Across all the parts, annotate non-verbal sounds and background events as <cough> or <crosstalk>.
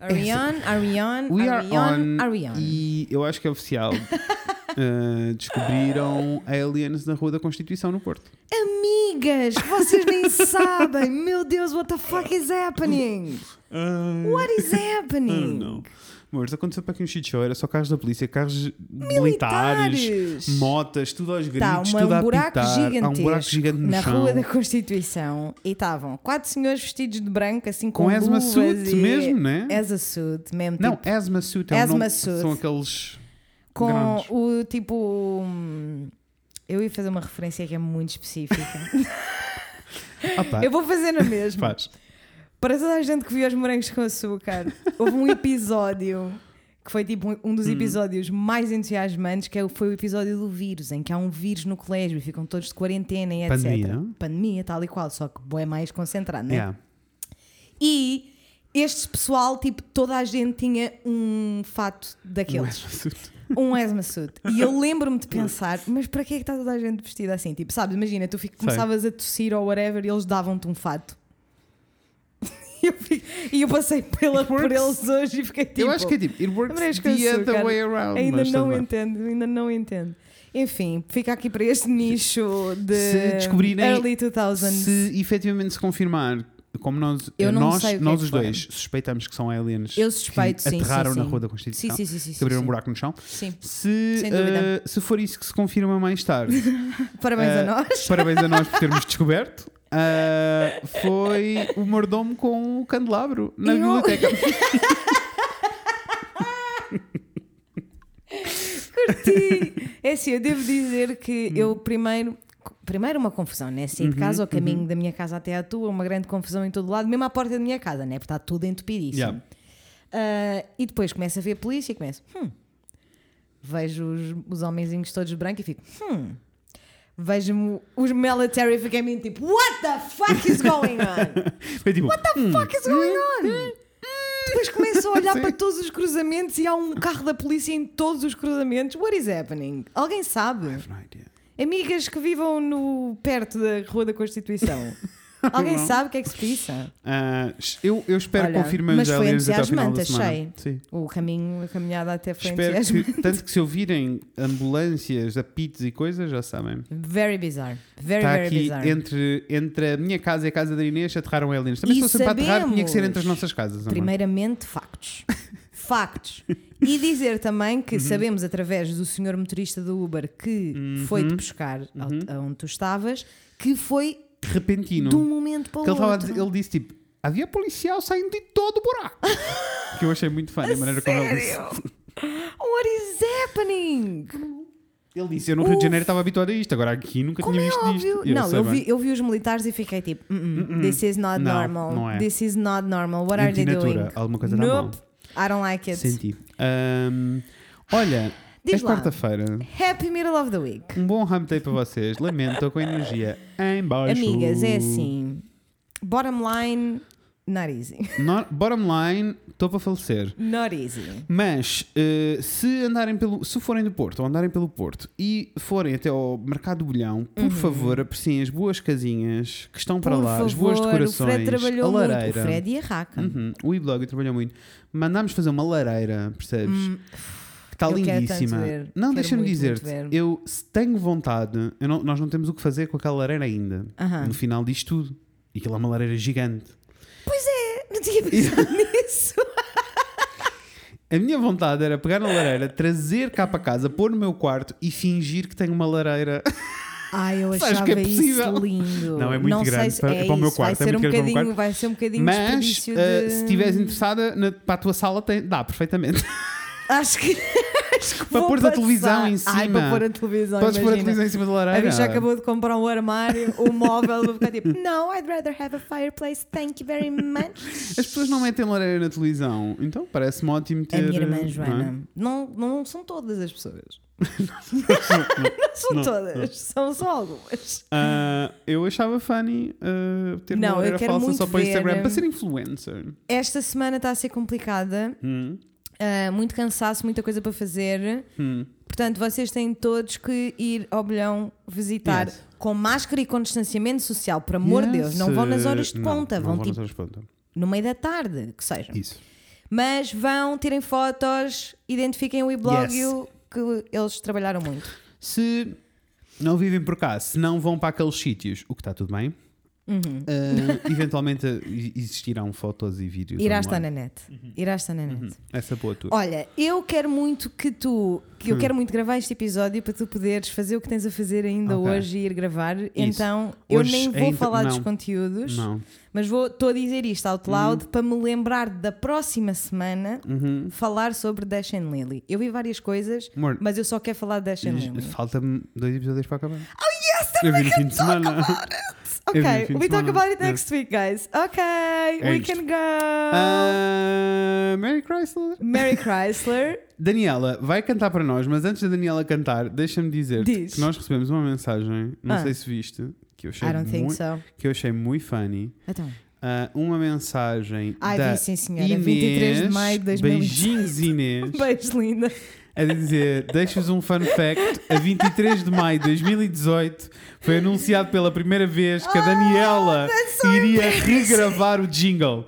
Ariane, <laughs> Ariane, We Are Ariane, On Ariane. e eu acho que <laughs> é oficial. Uh, descobriram aliens na Rua da Constituição no Porto. Amigas, vocês <laughs> nem sabem. Meu Deus, what the fuck is happening? What is happening? Oh, Não. Amores, aconteceu para aqui um shit show, era só carros da polícia, carros militares, motas, tudo aos Tá, gritos, uma- tudo a um buraco apitar. Há um buraco gigantesco gigante no na chão. Rua da Constituição e estavam quatro senhores vestidos de branco, assim com, Com asthma luvas suit e... mesmo, né? As a suit, mesmo Não, tipo, asthma suit é um Asthma nome- suit. São aqueles com grandes. o tipo. hum, Eu ia fazer uma referência que é muito específica. Ah, pá, Eu vou fazer na mesma. faz. Para toda a gente que viu os morangos com açúcar, houve um episódio que foi tipo um- um Uhum. dos episódios mais entusiasmantes, que é o- foi o episódio do vírus, em que há um vírus no colégio e ficam todos de quarentena e etc. Pandemia. Pandemia, tal e qual, só que é mais concentrado, né? Yeah. é E este pessoal, tipo, toda a gente tinha um fato Um daqueles, asthma suit. um asthma suit. E eu lembro-me de pensar, mas para que é que está toda a gente vestida assim? Tipo, sabes, imagina, tu fico, Sei. começavas a tossir ou whatever e eles davam-te um fato. <laughs> E eu, fico- e eu passei pela, It por works. eles hoje e fiquei tipo. eu acho que é tipo, it works Morangos com the other açúcar. way around. Ainda mas não tudo bem. entendo, ainda não entendo. Enfim, fica aqui para este nicho de Se descobrirem- early 2000s. Se efetivamente se confirmar, como nós, Eu não nós, sei o que é nós que os foram. dois suspeitamos que são aliens Eu suspeito, sim, que sim, aterraram na sim. Rua da Sim, Constituição, sim, sim, sim. que abriram sim. um buraco no chão, Sim. se, Sem dúvida. eh, se for isso que se confirma mais tarde, <laughs> Parabéns Eh, a nós. <laughs> parabéns a nós por termos descoberto. eh, foi o mordomo com o candelabro na Eu- biblioteca. <laughs> Curti! É assim, eu devo dizer que eu primeiro. Primeiro uma confusão, né? Saí de casa, o caminho da minha casa até à tua, uma grande confusão em todo lado, mesmo à porta da minha casa, né? Porque está tudo entupidíssimo. Yeah. Ah, e depois começo a ver a polícia e começo. Hum. Vejo os, os homenzinhos todos brancos e fico. Hum. Vejo-me os military e fiquei meio tipo, What the fuck is going on? Foi tipo, the fuck is going on? Depois começo a olhar <laughs> Sim. para todos os cruzamentos e há um carro da polícia em todos os cruzamentos. What is happening? Alguém sabe? "No idea." Amigas que vivam no, perto da Rua da <laughs> Constituição. Alguém Não. sabe o que é que se pisa? Ah, eu, eu espero Olha, que confirmem mas os foi aliens até ao final da entusiasmante, semana. achei. Sim. O caminho, a caminhada até frente é Espero que, tanto que se ouvirem ambulâncias, apitos e coisas, já sabem. <laughs> Very bizarre. Very, Está very Tá aqui bizarre. entre, entre a minha casa e a casa da Inês, aterraram aliens. Também E se fosse para aterrar, tinha que ser sabemos. entre as nossas casas. amor. Primeiramente, factos. factos. E dizer também Uhum. que sabemos através do senhor motorista do Uber que Uhum. foi-te buscar ao- aonde tu estavas, que foi Repentino. de um momento para o Que ele, outro. estava a dizer- ele disse tipo: havia policial saindo de todo o <laughs> buraco. que eu achei muito fã da maneira como ele disse. Sério? What is happening? Ele disse: Eu no Rio de Uf. Janeiro estava habituado a isto, agora aqui nunca Como tinha é visto óbvio? isto. E não, sei eu bem. vi, eu vi os militares e fiquei tipo: "Mm, mm, This is not Não, normal. não é. This is not normal. What are Em they natura, doing? alguma coisa está nope. I don't like it. Senti. Ahm, olha, Diz é lá. quarta-feira. Happy middle of the week. Um bom hump day para vocês. Lamento, estou com a energia em baixo. Amigas, é assim. Bottom line, not easy. Not- bottom line, estou para falecer. Not easy. Mas eh, se andarem pelo, se forem do Porto ou andarem pelo Porto e forem até ao Mercado do Bolhão, por favor, apreciem as boas casinhas que estão para Uhum. Por lá, as favor, boas decorações, O Fred trabalhou a lareira. muito. O Fred e a Raca. Uhum, O e-blog trabalhou muito. Mandámos fazer uma lareira, percebes? que está Hum, eu quero tanto lindíssima. ver. Não, Quero deixa-me muito, dizer-te, muito ver. eu se tenho vontade, eu não- nós não temos o que fazer com aquela lareira ainda. Aham. No final disto tudo. E aquilo é uma lareira gigante. Não tinha <laughs> pensado nisso. A minha vontade era pegar na lareira, trazer cá para casa, pôr no meu quarto e fingir que tenho uma lareira. Ai, eu Sabes achava que é isso possível? lindo. Não, é muito sei grande se- para- é para o meu isso, quarto, é Vai ser, muito um grande para o meu bocadinho, vai ser um bocadinho Mas desperdício eh, de... se estiveres interessada na- para a tua sala, tem- dá perfeitamente. <laughs> Acho que, acho que Para vou pôr a passar. televisão em Ai, para cima. pôr a televisão, Podes pôr a imagina. televisão em cima da A lareira. bicha acabou de comprar um armário, <laughs> um móvel, vou ficar tipo, no, I'd rather have a fireplace, thank you very much. <laughs> As pessoas não metem lareira na televisão, então parece-me ótimo ter. A minha não irmã é? Joana. Não, não são todas as <laughs> pessoas. <laughs> não são não, todas, são só algumas. Ah, eu achava funny ah, ter Não, eu uma lareira quero falsa muito só para o ver, Instagram, hum, para ser influencer. Esta semana está a ser complicada, Hum, ah, muito cansaço, muita coisa para fazer. hum. Portanto, vocês têm todos que ir ao bilhão visitar Yes. com máscara e com distanciamento social, por amor de Deus. Não vão nas horas de Não, ponta, não vão vão tipo nas horas de ponta. no meio da tarde, que seja. Isso. Mas vão, tirem fotos, identifiquem o iblogio que eles trabalharam muito. Se não vivem por cá, se não vão para aqueles sítios, o que está tudo bem, Uhum. ah, eventualmente e- existirão fotos e vídeos. Irás estar online. na net. Uhum. Irás estar na net. Essa é boa tua. Olha, eu quero muito que tu, que eu Hum. quero muito gravar este episódio para tu poderes fazer o que tens a fazer ainda Ok. hoje e ir gravar. Então, eu Hoje nem vou ainda- falar dos não. conteúdos, Não. mas vou estou a dizer isto out loud Hum. para me lembrar da próxima semana falar sobre Dash and Lily. Eu vi várias coisas, Uhum. Amor, mas eu só quero falar de Dash and Lily. falta-me dois episódios para acabar. Oh yes, Eu vi no fim de ok, semana. eu vi no fim de we talk semana. É. about it next week, guys. Ok, we isto. can go. Ah, Mary Chrysler. Mary Chrysler. Daniela vai cantar para nós, mas antes da Daniela cantar, deixa-me dizer Diz. que nós recebemos uma mensagem, não Ah. sei se viste, que eu achei I don't think muito, so. que eu achei muito funny. Então. Ah, uma mensagem Ai, da vi sim, senhora. Inês, 23 de maio de 2020. Beijinhos Inês, Beijo, linda. a dizer, deixo-vos um fun fact, a 23 de maio de 2018 foi anunciado pela primeira vez que a Oh, Daniela that's so iria embarrassing. regravar o jingle.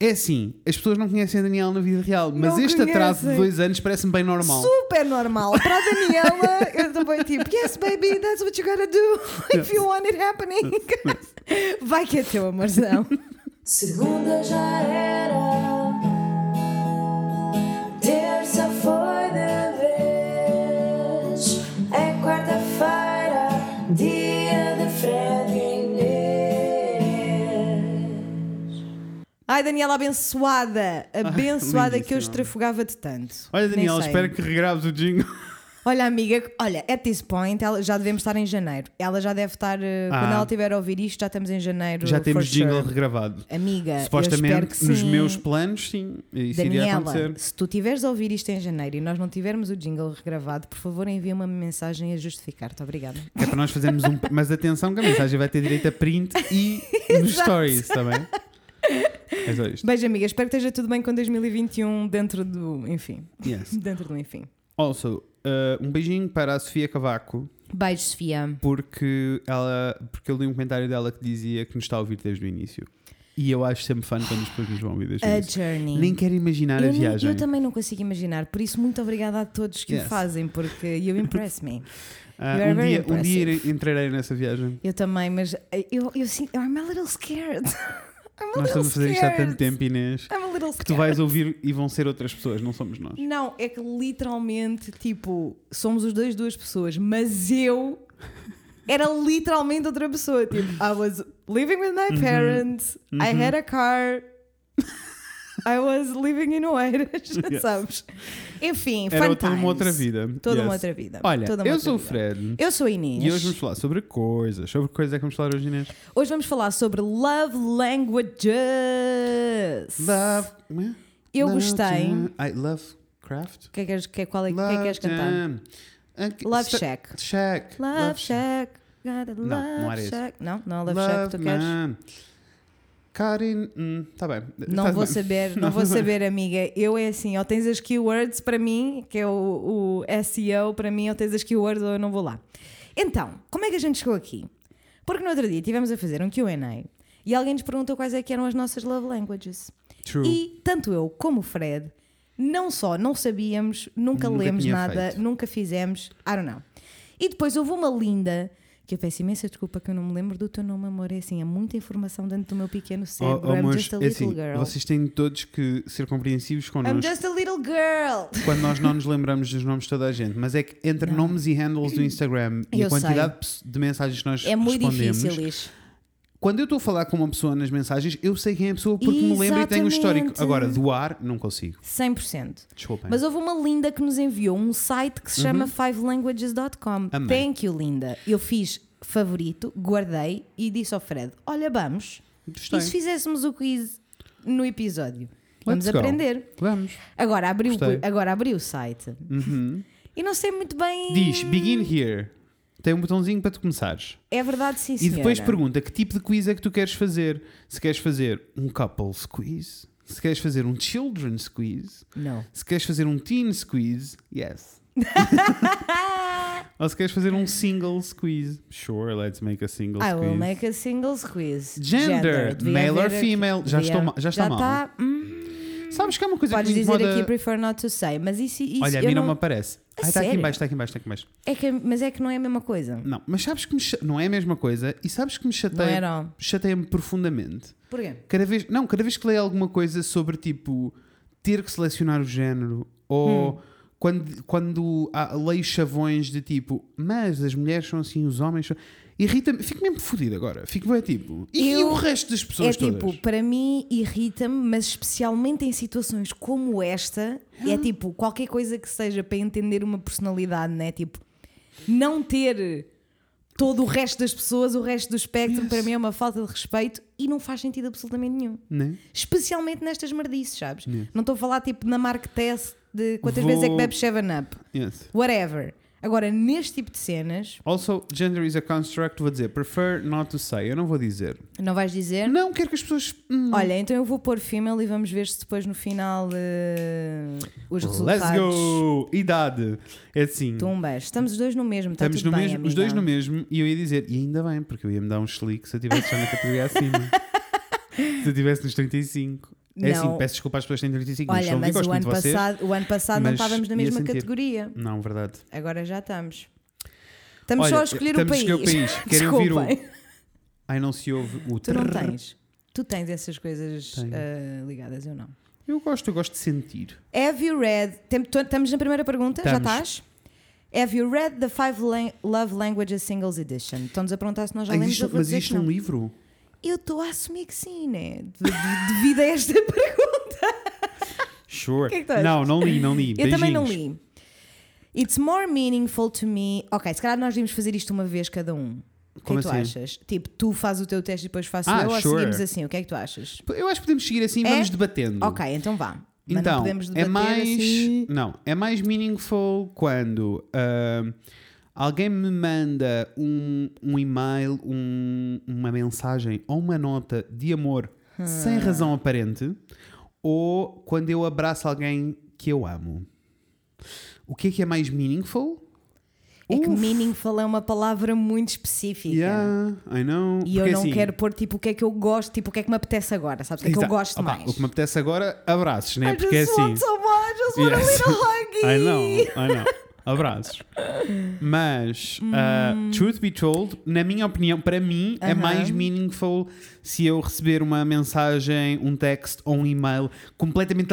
É assim, as pessoas não conhecem a Daniela na vida real, mas Não este atraso de conhecem. dois anos parece-me bem normal. Super normal. Para a Daniela, <laughs> eu também tipo, yes, baby, that's what you gotta do <laughs> if you want it happening. <laughs> Vai que é teu amorzão. Segunda já era, terça foi de vez, é quarta-feira, dia de Fred e Inês. Ai, Daniela, abençoada. Abençoada que eu lindíssima. estrafogava de tanto. Olha, Nem Daniela, sei. espero que regraves o jingle. Olha, amiga, olha, at this point, ela, já devemos estar em janeiro. Ela já deve estar, eh, Ah. quando ela tiver a ouvir isto, já estamos em janeiro. Já for temos jingle sure. regravado. Amiga, eu espero que Supostamente, sim. nos meus planos, sim. Isso iria Daniela, acontecer. se tu tiveres a ouvir isto em janeiro e nós não tivermos o jingle regravado, por favor envia uma mensagem a justificar-te. Obrigada. Que é para nós <laughs> fazermos um. Mas atenção, que a mensagem vai ter direito a print e nos stories também. É só isto. Beijo, amiga. Espero que esteja tudo bem com 2021 dentro do. Enfim. <laughs> Yes. Dentro do enfim. Also, uh, um beijinho para a Sofia Cavaco, Beijo, Sofia. porque, ela, porque eu li um comentário dela que dizia que nos está a ouvir desde o início. E eu acho sempre fã quando as pessoas nos vão ouvir desde o A início. journey. é Nem quero imaginar a eu, nem- viagem. eu também não consigo imaginar, por isso muito obrigada a todos que Yes. o fazem, porque you impress me. Ah, You are um, very dia, um dia impressive. irei- entrarei nessa viagem. Eu também, mas eh, eu, eu sinto. I'm a little scared. <laughs> I'm a Nós little estamos a fazer isto há scared. tanto tempo, Inês, I'm a little scared. que tu vais ouvir e vão ser outras pessoas, não somos nós. Não, é que literalmente, tipo, somos os dois duas pessoas, mas <laughs> eu era literalmente outra pessoa. Tipo, I was living with Uhum. my parents, I had a car, I was living in Oeiras, <laughs> Yes. sabes? Enfim, Era fun toda times. uma outra vida. Toda Yes. uma outra vida. Olha, Toda uma eu outra sou o vida. Fred. Eu sou a Inês. E hoje vamos falar sobre coisas. Sobre coisas é que vamos falar hoje, Inês. Hoje vamos falar sobre love languages. Love. é? Eu Love gostei. Jam. I love craft. O que é que queres, que é- qual é, o que é que queres cantar? Jam. Ok, Love sta- Shack. Shack. Love, Shack. Gotta love é- não era esse. Shack. Não, não é Love, Shack que tu queres. Man. Karin. Hum, tá bem. Não Tá vou bem. saber, <laughs> não, vou saber, amiga. Eu é assim, ou tens as keywords para mim, que é o, o SEO para mim, ou tens as keywords ou eu não vou lá. Então, como é que a gente chegou aqui? Porque no outro dia tivemos a fazer um Q&A e alguém nos perguntou quais é que eram as nossas love languages. True. E tanto eu como o Fred, não só não sabíamos, nunca, Nunca lemos tinha nada, feito. nunca fizemos, I don't know. E depois houve uma linda, que eu peço imensa desculpa que eu não me lembro do teu nome, amor. É assim, é muita informação dentro do meu pequeno Oh, cérebro. oh, I'm mas, just a é little assim, girl. Vocês têm todos que ser compreensivos I'm connosco just a little girl. quando nós não nos lembramos dos nomes de toda a gente. Mas é que entre nomes e handles do Instagram e Eu a quantidade de pes- de mensagens que nós É muito respondemos, difícil isto. Quando eu estou a falar com uma pessoa nas mensagens, eu sei quem é a pessoa porque me lembro e tenho o histórico. Exatamente. Agora, do ar, não consigo. 100%. Desculpem. Mas houve uma linda que nos enviou um site que se chama fivelanguages.com. Uhum. Amei. Thank you, linda. Eu fiz favorito, guardei e disse ao Fred: Olha, vamos. Gostei. E se fizéssemos o quiz no episódio? Vamos Let's go. aprender. Vamos. Agora abri, o, Gostei. Uhum. agora abri o site. E não sei muito bem. Diz begin here. Tem um botãozinho para tu começares. É verdade, sim, E senhora. depois pergunta que tipo de quiz é que tu queres fazer. Se queres fazer um couples quiz, se queres fazer um children's quiz, Não. se queres fazer um teens quiz, <laughs> yes. Ou se queres fazer um singles quiz, sure, let's make a singles I will quiz. make a é singles quiz. Gender, Devia male or haver aqui- female. Já devia- estou ma- já está mal. Está, hum, Se Sabes que é uma coisa Podes que me dizer incomoda... aqui prefer not to say, mas isso, isso Olha, a eu mim não... não- me aparece. A Ah, está aqui sério? embaixo, está aqui embaixo, está aqui embaixo. é que, mas é que não é a mesma coisa. Não, mas sabes que me cha- não é a mesma coisa e sabes que me Não é chateia, não. chateia-me profundamente. Porquê? Cada vez, não, cada vez que leio alguma coisa sobre tipo ter que selecionar o género Hum. ou quando, quando há- leio chavões de tipo, mas as mulheres são assim, os homens são. Irrita-me, fico mesmo fodido agora. Fico bem tipo, e, e Eu- o resto das É pessoas tipo, todas? para mim irrita-me, mas especialmente em situações como esta, é tipo, qualquer coisa que seja para entender uma personalidade, né? Tipo, não ter todo o resto das pessoas, o resto do espectro, para mim é uma falta de respeito e não faz sentido absolutamente nenhum. Né? Especialmente nestas merdices, sabes? Não estou a falar tipo na marketess de quantas Vou- vezes é que bebes 7-up, Yes. whatever. Agora, neste tipo de cenas, Also, gender is a construct, vou dizer, prefer not to say. Eu não vou dizer. não vais dizer. Não, quero que as pessoas. hum, Olha, então eu vou pôr female e vamos ver se depois no final eh, os Let's resultados. go! Idade. É assim. Tumbas. Estamos os dois no mesmo, está Estamos tudo no bem, mesmo, os dois amiga. no mesmo, e eu ia dizer, e ainda bem, porque eu ia me dar um chelique se eu tivesse já na categoria <laughs> acima. se eu tivesse nos 35. É Não. assim, peço desculpa às pessoas que têm 35, mas Olha, são mas gosto o muito ano, de vocês. passado, o ano passado não mas estávamos na ia mesma sentir. categoria. Não, verdade. Agora já estamos. Estamos Olha, só a escolher o estamos a país. escolher <laughs> o país. Querem ouvir o- Desculpem. Ai, não se ouve o Tu não trrr. tens. Tu tens essas coisas Tenho. eh, ligadas, eu não. Eu gosto, eu gosto de sentir. Have you read? Tem- tu- Estamos na primeira pergunta, já Estamos. estás? Have you read the Five Lan- Love Languages Singles Edition? Estão-nos a perguntar se nós já Ai, lemos. isto- eu vou mas dizer que isto é não. um livro? Eu estou a assumir que sim, né? De- de- devido a esta pergunta. Sure. que é que tu achas? não, não li, não li. Eu também não Beijinhos. li. It's more meaningful to me. Ok, se calhar nós devíamos fazer isto uma vez cada um. O que é Como que tu assim? achas? Tipo, tu fazes o teu teste e depois faço Ah, eu ou sure. seguimos assim? O que é que tu achas? Eu acho que podemos seguir assim e É? vamos debatendo. Ok, então vá. Mas não Então, podemos é debater mais. assim. Não, é mais meaningful quando ahm, alguém me manda um, um e-mail, um- uma mensagem ou uma nota de amor Hum. sem razão aparente ou quando eu abraço alguém que eu amo. O que é que é mais meaningful? É que Uf, meaningful é uma palavra muito específica. Yeah, I know. E eu Porque não assim- quero pôr tipo o que é que eu gosto, tipo o que é que me apetece agora, sabes? O que é que eu Exato. gosto Opa, mais? O que me apetece agora, abraços, né? I Porque é just assim. want so much, I just want a Yes. little huggy. <laughs> I know, I know. Abraços. Mas, uh, truth be told, na minha opinião, para mim Hum. é Aham. mais meaningful se eu receber uma mensagem, um texto ou um e-mail completamente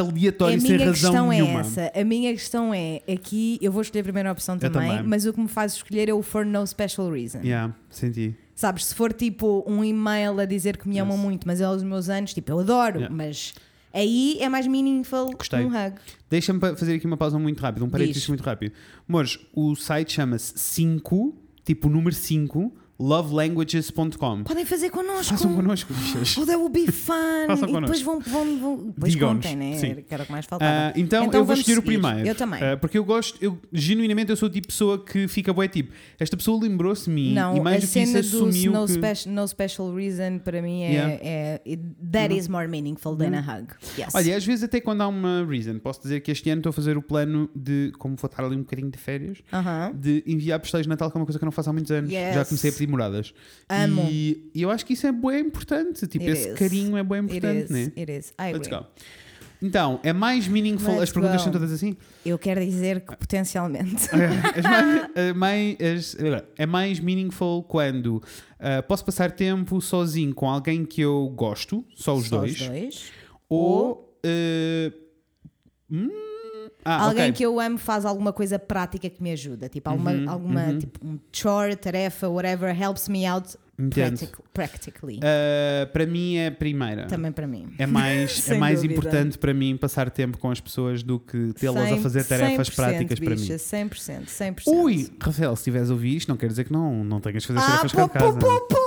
É aleatório a e sem minha razão questão é nenhuma. essa. A minha questão é, aqui eu vou escolher a primeira opção também, também. mas o que me faz escolher é o for no special reason. Yeah, senti. Sabes, se for tipo um e-mail a dizer que me amam muito, mas é aos meus anos, tipo, eu adoro, Yeah. mas aí é mais meaningful Gostei. um hug. Deixa-me pa- fazer aqui uma pausa muito rápida, um parênteses Diz. muito rápido. Mores, o site chama-se 5, tipo o número 5, lovelanguages.com. Podem fazer connosco. Façam connosco, bichas. Oh, that will be fun. Façam e depois vão, vão, vão depois Digam-nos, contem, né? sim. Que era o que mais faltava. Ah, então, eu vou vamos escolher o seguir. primeiro. Eu também. Ah, porque eu gosto, eu genuinamente eu sou o tipo de pessoa que fica boa tipo, esta pessoa lembrou-se de mim Não, e mais a do que isso cena do assumiu no, que... special, no special reason para mim é, Yeah. Uhum. é- it- that is more meaningful than a hug. Yes. Olha, às vezes até quando há uma reason, posso dizer que este ano estou a fazer o plano de, como vou estar ali um bocadinho de férias, Aham. de enviar postais de Natal, que é uma coisa que eu não faço há muitos anos. Yes. Já comecei a pedir moradas. Amo. E, e eu acho que isso é bué importante, tipo, It esse is. carinho é bué It importante, is, né? it is. I Let's agree. go. Então, é mais meaningful. Let's As perguntas go. são todas assim? Eu quero dizer que potencialmente. <laughs> As mais, Ah. eh, mais- as- é mais meaningful quando eh, posso passar tempo sozinho com alguém que eu gosto, só os, Só dois, dois. Ou. eh, hum, ah, Alguém ok. Uhum, que eu amo faz alguma coisa prática que me ajuda. Tipo, alguma, alguma tipo, um chore, tarefa, whatever, helps me out Entendo. practic- practically. Eh, para mim é a primeira. Também para mim. <laughs> É mais, é Sem mais dúvida. importante para mim passar tempo com as pessoas do que tê-las a fazer 100%, tarefas práticas para mim. bicha, 100%, 100%. Ui, Rafael, se tiveres a ouvir isto, não quer dizer que não, não tenhas de fazer Ah, tarefas pô, cá de pô, casa. pô, <laughs> pois!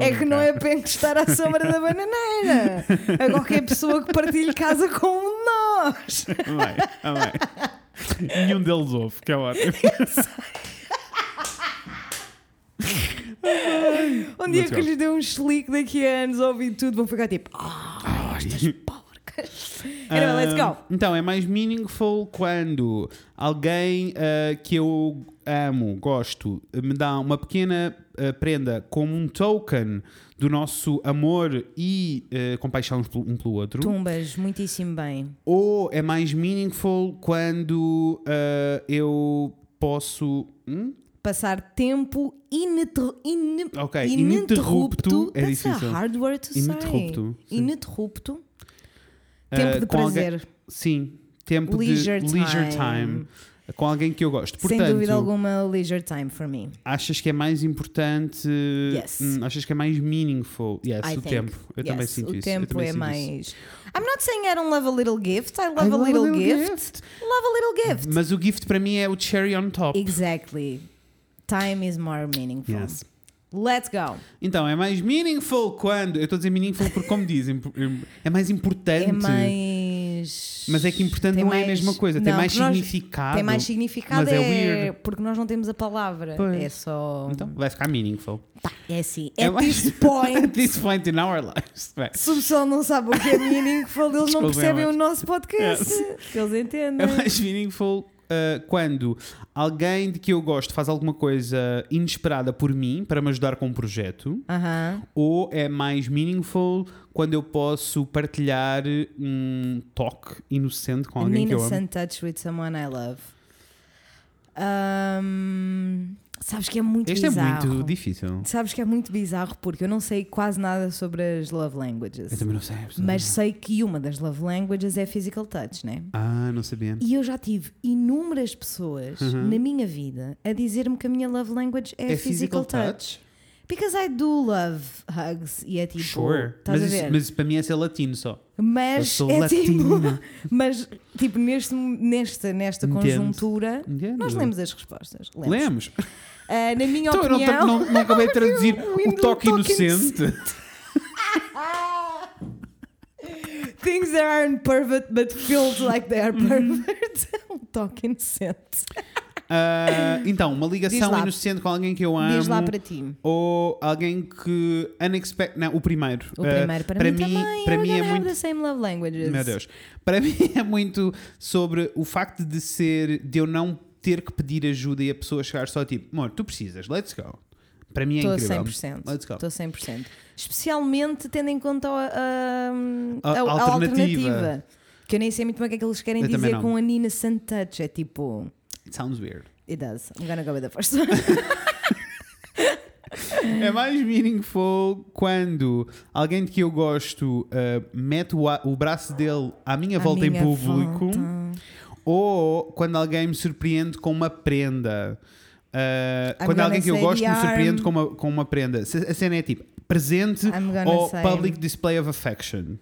É que não é apenas estar à sombra da bananeira. A qualquer pessoa que partilhe casa com um de nós. Amei, amei. <laughs> é, Nenhum deles ouve, que é ótimo. Um dia Muito um que lhes dê um slick daqui a anos, ouvir tudo, vão ficar tipo, ah, Ai. porca. Anyway, let's Ah, go. Então, é mais meaningful quando alguém ah, que eu amo, gosto, me dá uma pequena ah, prenda como um token do nosso amor e ah, compaixão uns pelo- um pelo outro. Tumbas, muitíssimo bem. Ou é mais meaningful quando ah, eu posso. Hum? Passar tempo ineter- ine- Ok, ininterrupto ininterrupto. é That's difícil. a hard word to say. Ininterrupto, sim. Ininterrupto. Ah, Tempo de com alguém- prazer. Sim, tempo Leisure de leisure time. time. Com alguém que eu gosto. Portanto, Sem dúvida alguma, leisure time for me. Achas que é mais importante? Yes. hum, Achas que é mais meaningful? Yes, I é o think. tempo. Eu também Yes, o sinto isso. eu tempo também é sinto isso. mais. I'm not saying I don't love a little gift. I love, I a, little gift. Love a little gift. Mas o gift para mim é o cherry on top. Exactly. Time is more meaningful. Yes. Let's go. Então, é mais meaningful quando. Eu estou a dizer meaningful porque, como dizem, <laughs> é mais importante. É mais. Mas é que importante tem não é a mais- mesma coisa, tem Não, mais porque nós- significado. Tem mais significado, mas é é, weird. porque nós não temos a palavra. Pois. É só. Então, vai ficar meaningful. Tá, é assim. É At mais- <laughs> this point, At this point in our lives. Bem, se o pessoal não sabe o que é meaningful, eles não Desculpem, percebem mas- o nosso podcast. Eles entendem. É mais meaningful uh, quando alguém de que eu gosto faz alguma coisa inesperada por mim para me ajudar com um projeto. Aham. Ou é mais meaningful quando eu posso partilhar um toque inocente Um com alguém que eu amo. Innocent touch with someone I love. Ahm, sabes que é muito Este é bizarro. muito difícil. Sabes que é muito bizarro porque eu não sei quase nada sobre as love languages. Eu também não sei. Mas sei que uma das love languages é physical touch, né? Ah, não sabia. E eu já tive inúmeras pessoas Uhum. na minha vida a dizer-me que a minha love language é, physical, touch. Because I do love hugs e é tipo. Sure. Estás Mas a isso, ver? mas isso para mim é ser latino só. Eu Mas sou é latina. tipo, <laughs> mas tipo neste, nesta, nesta Entendo. conjuntura, Entendo. nós lemos as respostas. Lemos. Lemos. Ah, na minha Então eu não, opinião, ta- não, não acabei de traduzir O o toque toque inocente. <laughs> things that aren't perfect but feels like they are Uhum. perfect. <laughs> um toque inocente. Ah, então, uma ligação Diz lá. inocente com alguém que eu amo. Diz lá para ti. Ou alguém que. Unexpected. Não, o primeiro. O Ah, primeiro para, mim, também. Para We're mim é gonna have muito. the same love languages. Meu Deus. Para <laughs> mim é muito sobre o facto de ser. de eu não ter que pedir ajuda e a pessoa chegar só tipo, amor, tu precisas, let's go. Para mim é Estou a incrível. 100%. Let's go. Estou a 100%. Especialmente tendo em conta a, a- A- a- a alternativa. alternativa. Que eu nem sei muito bem o que é que eles querem Eu também dizer não. com a Nina Suntouch. É tipo, It sounds weird. it does. I'm gonna go with the first one. É mais meaningful quando alguém de que eu gosto ah, mete o, a- o braço dele à minha À volta em minha público. volta. Ou quando alguém me surpreende com uma prenda. Uh, I'm quando gonna alguém que eu say gosto the me surpreende arm. com uma, com uma prenda. Se- A cena é tipo presente I'm gonna ou say- public display of affection.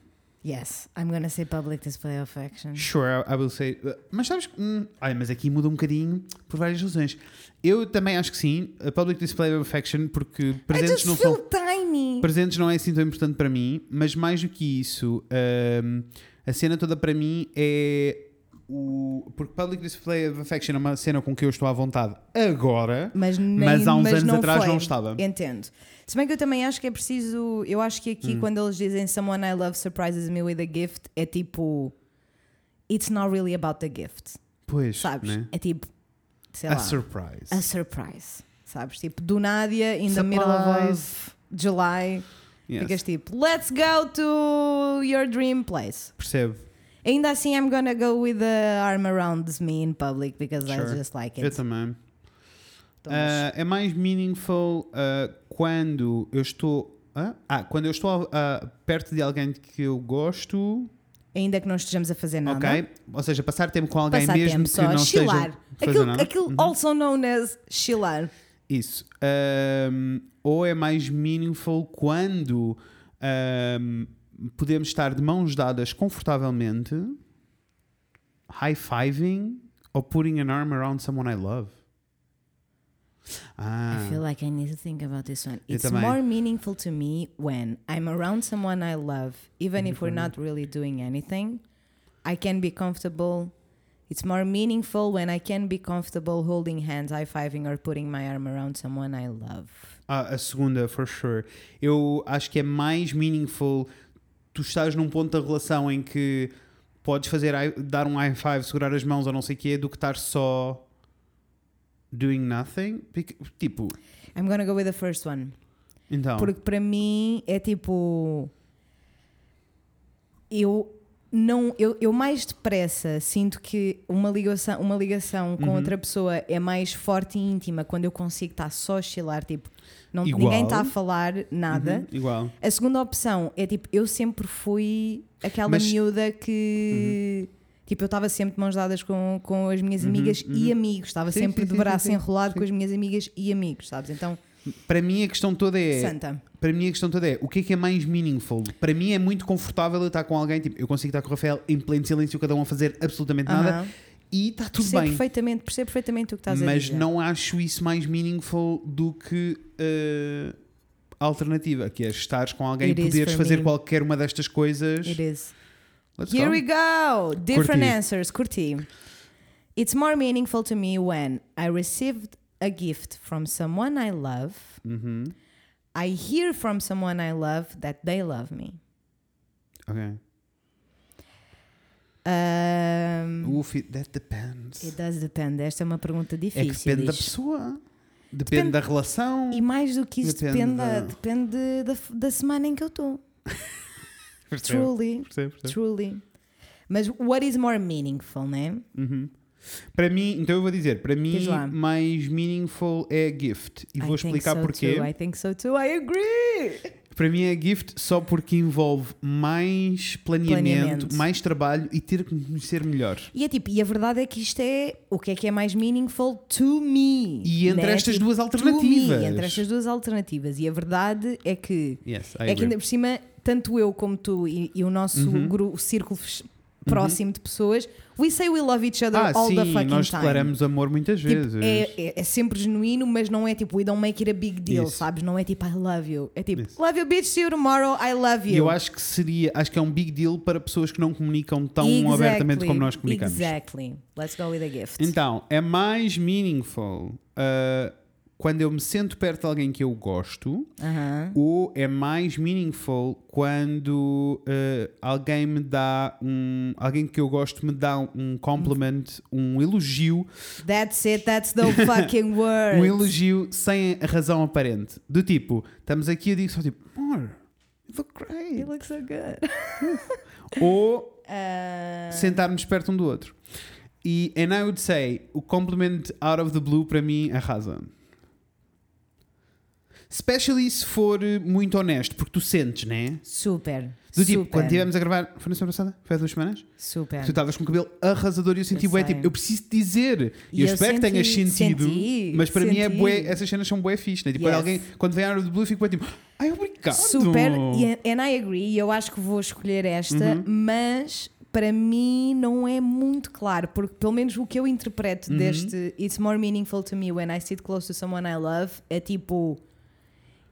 Yes, I'm gonna say public display of action. Sure, I- I will say. uh, Mas sabes que. hum, olha, mas aqui muda um bocadinho por várias razões. Eu também acho que sim, a public display of affection, porque I presentes just não feel são. tiny. Presentes não é assim tão importante para mim, mas mais do que isso, hum, a cena toda para mim é o. Porque Public Display of Affection é uma cena com que eu estou à vontade agora. Mas, nem, Mas há uns anos não atrás foi. não estava. Entendo. Se bem que eu também acho que é preciso. Eu acho que Hum. aqui, quando eles dizem Someone I love surprises me with a gift, é tipo. It's not really about the gift. Pois, Sabes? né? É tipo. Sei a lá. surprise. a surprise. Sabes? Tipo, do Nádia, in the Surprise. middle of July, Yes, ficas tipo, let's go to your dream place. Percebo. Ainda assim, I'm gonna go with the arm around me in public because Sure. I just like Eu it. também. Então, Ah, é mais meaningful ah, quando eu estou. hã? Ah, quando eu estou ah, perto de alguém que eu gosto. Ainda que não estejamos a fazer nada. Ok? Ou seja, passar tempo com alguém Passar mesmo tempo que só, não esteja. a chilar. fazer Aquilo, nada. aquilo also known as chilar. Isso. Ahm, ou é mais meaningful quando ahm, podemos estar de mãos dadas confortavelmente, high-fiving, ou putting an arm around someone I love. Ah, I feel like I need to think about this one. Eu It's também. more meaningful to me when I'm around someone I love, even if we're not really doing anything. I can be comfortable. It's more meaningful when I can be comfortable holding hands, high fiving, or putting my arm around someone I love. ah, a segunda, for sure. Eu acho que é mais meaningful tu estás num ponto da relação em que podes fazer high- dar um high five, segurar as mãos ou não sei o quê, do que estar só doing nothing. Porque, tipo, I'm gonna go with the first one. então. Porque para mim é tipo. Eu não. Eu, eu mais depressa sinto que uma ligação, uma ligação Uhum. com outra pessoa é mais forte e íntima quando eu consigo estar só a chilar, tipo, não, Igual. ninguém está a falar nada. Uhum, igual. A segunda opção é tipo, eu sempre fui aquela Mas- Uhum. miúda que. Tipo, eu estava sempre de mãos dadas com, com as minhas amigas e amigos, estava uhum. Sim, sempre sim, de sim, braço sim, sim. enrolado com as minhas amigas e amigos, sabes? Então, Para mim a questão toda é. Santa. Para mim a questão toda é o que é que é mais meaningful? Para mim é muito confortável eu estar com alguém, tipo, eu consigo estar com o Rafael em pleno silêncio, cada um a fazer absolutamente nada Aham. e está tudo percebo bem. perfeitamente, percebo perfeitamente o que estás a Mas dizer. não acho isso mais meaningful do que eh, a alternativa, que é estares com alguém e It is poderes for fazer me. qualquer uma destas coisas. It is. Let's Here go. we go. Different Então, Curti. answers. Curti. It's more meaningful to me when I received a gift from someone I love. Uhum. I hear from someone I love that they love me. Ok. Hum. Um, Oof, it- that depends. it does depend. Esta é uma pergunta É que difícil. depende da isto. pessoa. Depende, Depende- da relação. E mais do que isso, Depende depende, da, da- depende da, da semana em que eu estou. Percebo, Truly. percebo, percebo. Truly. Mas what is more meaningful, né? Para mim, então eu vou dizer, para mim Diz lá. mais meaningful é gift. E vou I think explicar so porquê. Too. I think so too. I agree. Para mim é gift só porque envolve mais planeamento, Planeamento. mais trabalho e ter que me conhecer melhor. E é tipo, e a verdade é que isto é o que é que é mais meaningful to me. E entre né? estas Tipo, duas to alternativas. me, entre estas duas alternativas. E a verdade é que Yes, I é que agree. Uhum. ainda por cima, tanto eu como tu e, e o nosso gru- círculo fech- próximo de pessoas, we say we love each other Ah, all the sim, fucking nós time. declaramos amor muitas vezes. Tipo, é, é- é sempre genuíno, mas não é tipo we don't make it a big deal, Isso. sabes? Não é tipo I love you. É tipo Isso. love you, bitch, see you tomorrow, I love E you. eu acho que seria, acho que é um big deal para pessoas que não comunicam tão Exactly, abertamente como nós comunicamos. Exactly. Let's go with a gift. Então, é mais meaningful ah, quando eu me sento perto de alguém que eu gosto, Aham. ou é mais meaningful quando ah, alguém me dá um. alguém que eu gosto me dá um compliment, um elogio, That's it, that's <laughs> the fucking word. um elogio sem razão aparente. Do tipo, estamos aqui e eu digo só tipo, amor, you look You great. look so good. Ou Uh, sentarmos perto um do outro. E and I would say, o complement out of the blue para mim arrasa. Especially se for eh, muito honesto, porque tu sentes, né? super. super, Do tipo, quando estivemos a gravar, foi na semana passada? Foi há duas semanas? Super. Tu estavas com o cabelo arrasador e eu senti Eu bué, sei. tipo, eu preciso te dizer. E E eu, eu espero que senti- tenhas sentido. senti, mas para mim é senti. bué, essas cenas são bué fixe, né? Tipo, Yes. quando alguém, quando vem a hora do blue, fico bué tipo, ai, obrigado. Super. e- é And I agree. Eu acho que vou escolher esta, mas para mim não é muito claro, porque pelo menos o que eu interpreto deste It's more meaningful to me when I sit close to someone I love é tipo.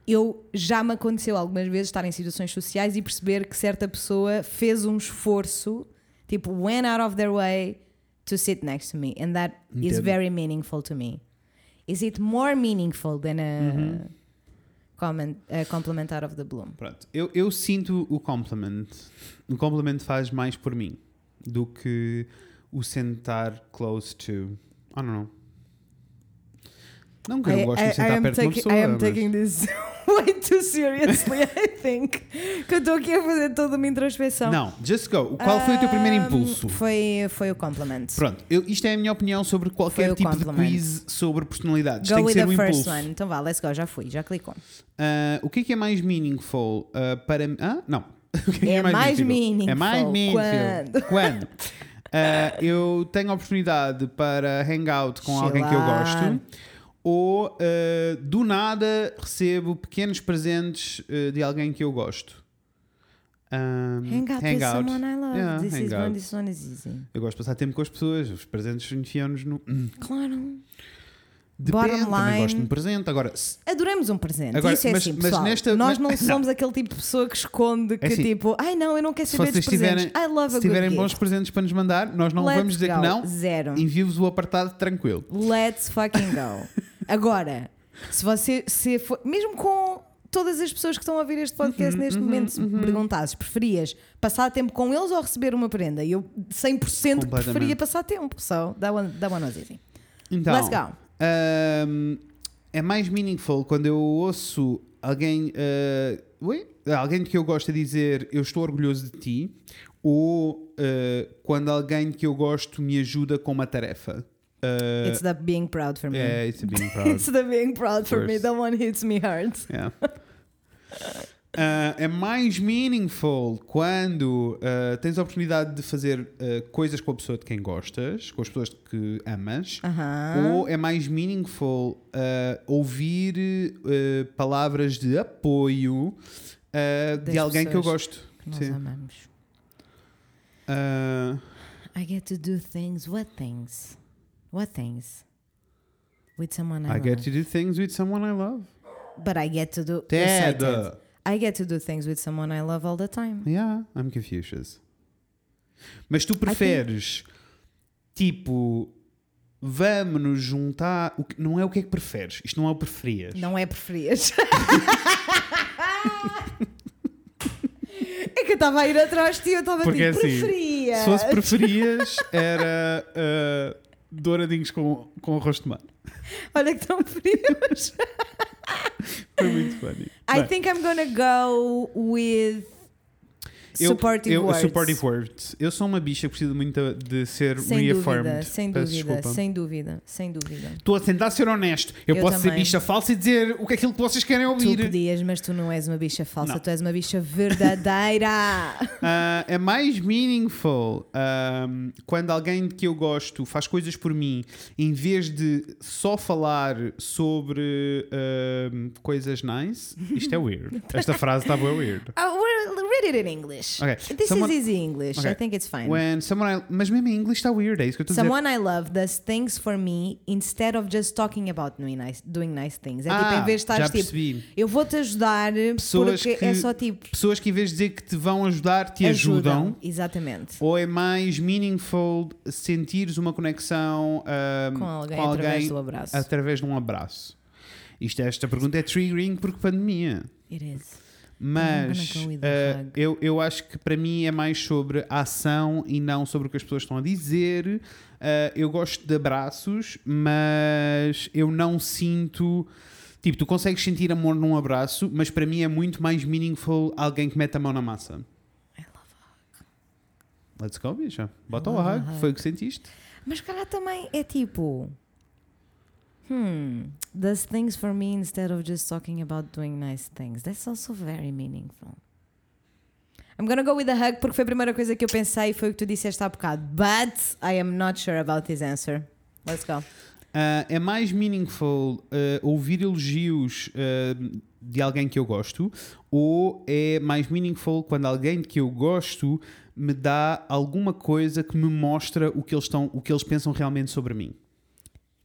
Eu já me aconteceu algumas vezes estar em situações sociais e perceber que certa pessoa fez um esforço, tipo, went out of their way to sit next to me. And that is Entendo. very meaningful to me. Is it more meaningful than a Uhum. comment, a compliment out of the bloom? Pronto, eu, eu sinto o compliment. O compliment faz mais por mim do que o sentar close to. I don't know. Não que eu não gosto de sentar perto de uma pessoa. I am mas- taking this <laughs> way too seriously, I think. Que eu estou aqui a fazer toda uma introspeção. Não, just go. Qual foi o teu primeiro Um, impulso? Foi, foi o compliment. Pronto, eu, isto é a minha opinião sobre qualquer Foi o tipo compliment. de quiz sobre personalidades. Go Tem que with ser the um first impulso. one. Então vá, let's go, já fui, já clicou. Ah, o que é que é mais meaningful ah, para mim? Ah, não. <laughs> O que é, que É mais É mais meaningful meaningful. Quando? <laughs> Ah, eu tenho a oportunidade para hangout com alguém que eu Chilar. gosto. Ou ah, do nada recebo pequenos presentes ah, de alguém que eu gosto. Ah, Hang out with someone I love. Yeah, this, is hangout. one, this one is easy. Eu gosto de passar tempo com as pessoas. Os presentes enfiam-nos no. Hum, Claro. Bottom Depende, também line. gosto de um presente. Agora, se- Adoramos um presente. Agora, Isso é mas- assim, mas pessoal. nesta- Nós <laughs> mas- não somos aquele tipo de pessoa que esconde que assim, tipo, ai não, eu não quero se saber vocês dos presentes. tiverem, I love se a good tiverem gift. bons presentes para nos mandar, nós não Let's vamos dizer go. que não. Zero. Envio-vos o apartado tranquilo. <laughs> Let's fucking go. Agora, se você se for, mesmo com todas as pessoas que estão a ouvir este podcast Uhum, neste momento, se me perguntasses, preferias passar tempo com eles ou receber uma prenda? E eu 100% que preferia Completamente. passar tempo. So, that one, that one was easy. Então, Let's go. ahm, é mais meaningful quando eu ouço alguém, ah, ui, alguém que eu gosto a dizer eu estou orgulhoso de ti, ou ah, quando alguém que eu gosto me ajuda com uma tarefa. Ah, It's the being proud for me. é, it's being <laughs> proud. It's the being proud for Of me. course. That one hits me hard. Yeah. Ah, é mais meaningful quando ah, tens a oportunidade de fazer ah, coisas com a pessoa de quem gostas, com as pessoas que amas, Aham. ou é mais meaningful ah, ouvir ah, palavras de apoio ah, Das de alguém que eu pessoas gosto. Que nós Sim. amamos. Ah, I get to do things. What things? What things? With someone I, I get love. to do things with someone I love. But I get to do. Ted! Recited. I get to do things with someone I love all the time. Yeah, I'm Confucius. Mas tu preferes, tipo, vamos-nos juntar. o que- não é o que é que preferes, isto não é o preferias. Não é preferias. <laughs> é que eu estava a ir atrás de ti, eu estava tipo, Porque é assim, preferias. Se fosse <laughs> preferias, era ah, douradinhos com, com arroz de tomate. Olha que tão frios. Foi muito funny. I Bem, think I'm gonna go with eu- supportive eu, words. Supportive words. Eu sou uma bicha que precisa muito de ser Sem reaffirmed. dúvida, sem Peço dúvida, desculpa. sem dúvida, sem dúvida. Estou a tentar ser honesto. Eu, Eu posso ser também. bicha falsa e dizer o que é aquilo que vocês querem Tu ouvir. podias, mas tu um não és uma bicha falsa, Não. tu és uma bicha <laughs> verdadeira. Ah, é mais meaningful ahm, quando alguém de que eu gosto faz coisas por mim em vez de só falar sobre ahm, coisas nice. Isto é <laughs> weird. Esta frase está bem weird. Oh, we're, read it in English. Okay, This someone- is easy English. I Okay. think it's fine. When someone I- mas mesmo em inglês está weird, é isso que eu estou a dizer. Someone I love does things for me instead of just talking about doing nice, doing nice things. É tipo, Ah, em vez de já estares tipo, percebi. eu vou-te ajudar Pessoas porque que, é só tipo, pessoas que em vez de dizer que te vão ajudar, te ajudam. Exatamente. Ou é mais meaningful sentires uma conexão ahm, Com alguém através do abraço. através de um abraço? Isto, esta pergunta é triggering porque pandemia. It is. Mas I'm gonna go with the ah, hug. eu, eu acho que para mim é mais sobre a ação e não sobre o que as pessoas estão a dizer. Ah, eu gosto de abraços, mas eu não sinto. Tipo, tu consegues sentir amor num abraço, mas para mim é muito mais meaningful alguém que mete a mão na massa. I love hug. Let's go, bicha. Bota o Love a hug. hug. Foi o que sentiste. Mas calhar também é tipo, hmm, does things for me instead of just talking about doing nice things. That's also very meaningful. I'm gonna go with a hug porque foi a primeira coisa que eu pensei e foi o que tu disseste há bocado. But I am not sure about this answer. Let's go. Ah, é mais meaningful ah, ouvir elogios ah, de alguém que eu gosto ou é mais meaningful quando alguém de que eu gosto me dá alguma coisa que me mostra o que eles, estão, o que eles pensam realmente sobre mim?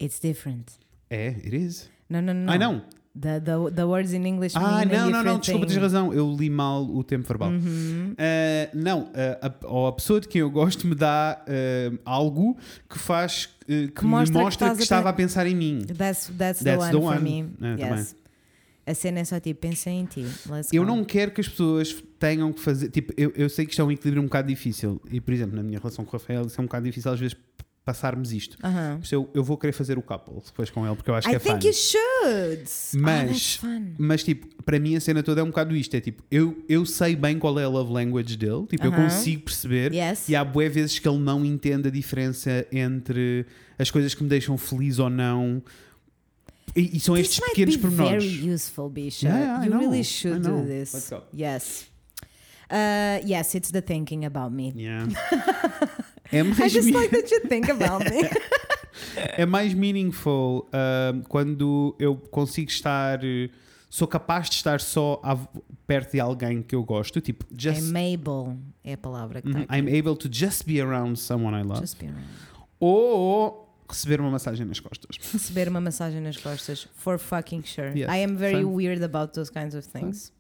It's different. É, it is. No, no, no. Ai, não. The, the, the words in English Ah, mean a não, não, não, é different desculpa, tens thing. Uhum. razão. Eu li mal o tempo verbal. Ah, não, ah, a, ou a pessoa de quem eu gosto me dá ah, algo que faz ah, que, me mostra mostra que que, estás a estava a pensar em mim. That's, that's, the That's one the for one. me. É, yes. A cena é só tipo, pensei em ti. Let's Eu go. não quero que as pessoas tenham que fazer. Tipo, eu, eu sei que isto é um equilíbrio um bocado difícil. E, por exemplo, na minha relação com o Rafael, isso é um bocado difícil às vezes passarmos isto. Aham. Por isso eu, eu vou querer fazer o couple depois com ele, porque eu acho que I é think fun. you should. Ah, that's Mas, fun. mas, tipo, para mim a cena toda é um bocado isto: é tipo, eu, eu sei bem qual é a love language dele, tipo, eu Aham. consigo perceber. Yes. E há bué vezes que ele não entende a diferença entre as coisas que me deixam feliz ou não. E, e são This estes might pequenos be pormenores. Very useful, Bisha. Yeah, yeah, I you know. really I should know. do this. Let's go. Yes. Uh, yes, it's the thinking about me. Yeah. <laughs> É <laughs> mais I <laughs> just mi- like that you think about me. é mais meaningful ahm, quando eu consigo estar. eh, Sou capaz de estar só à v- perto de alguém que eu gosto. Tipo, <laughs> just, I'm able é a palavra que está Mhm, aqui. I'm able to just be around someone I love. Just be around. Ou receber uma massagem nas costas. Receber uma massagem nas costas, for fucking sure. Yes, I am very fun. weird about those kinds of things.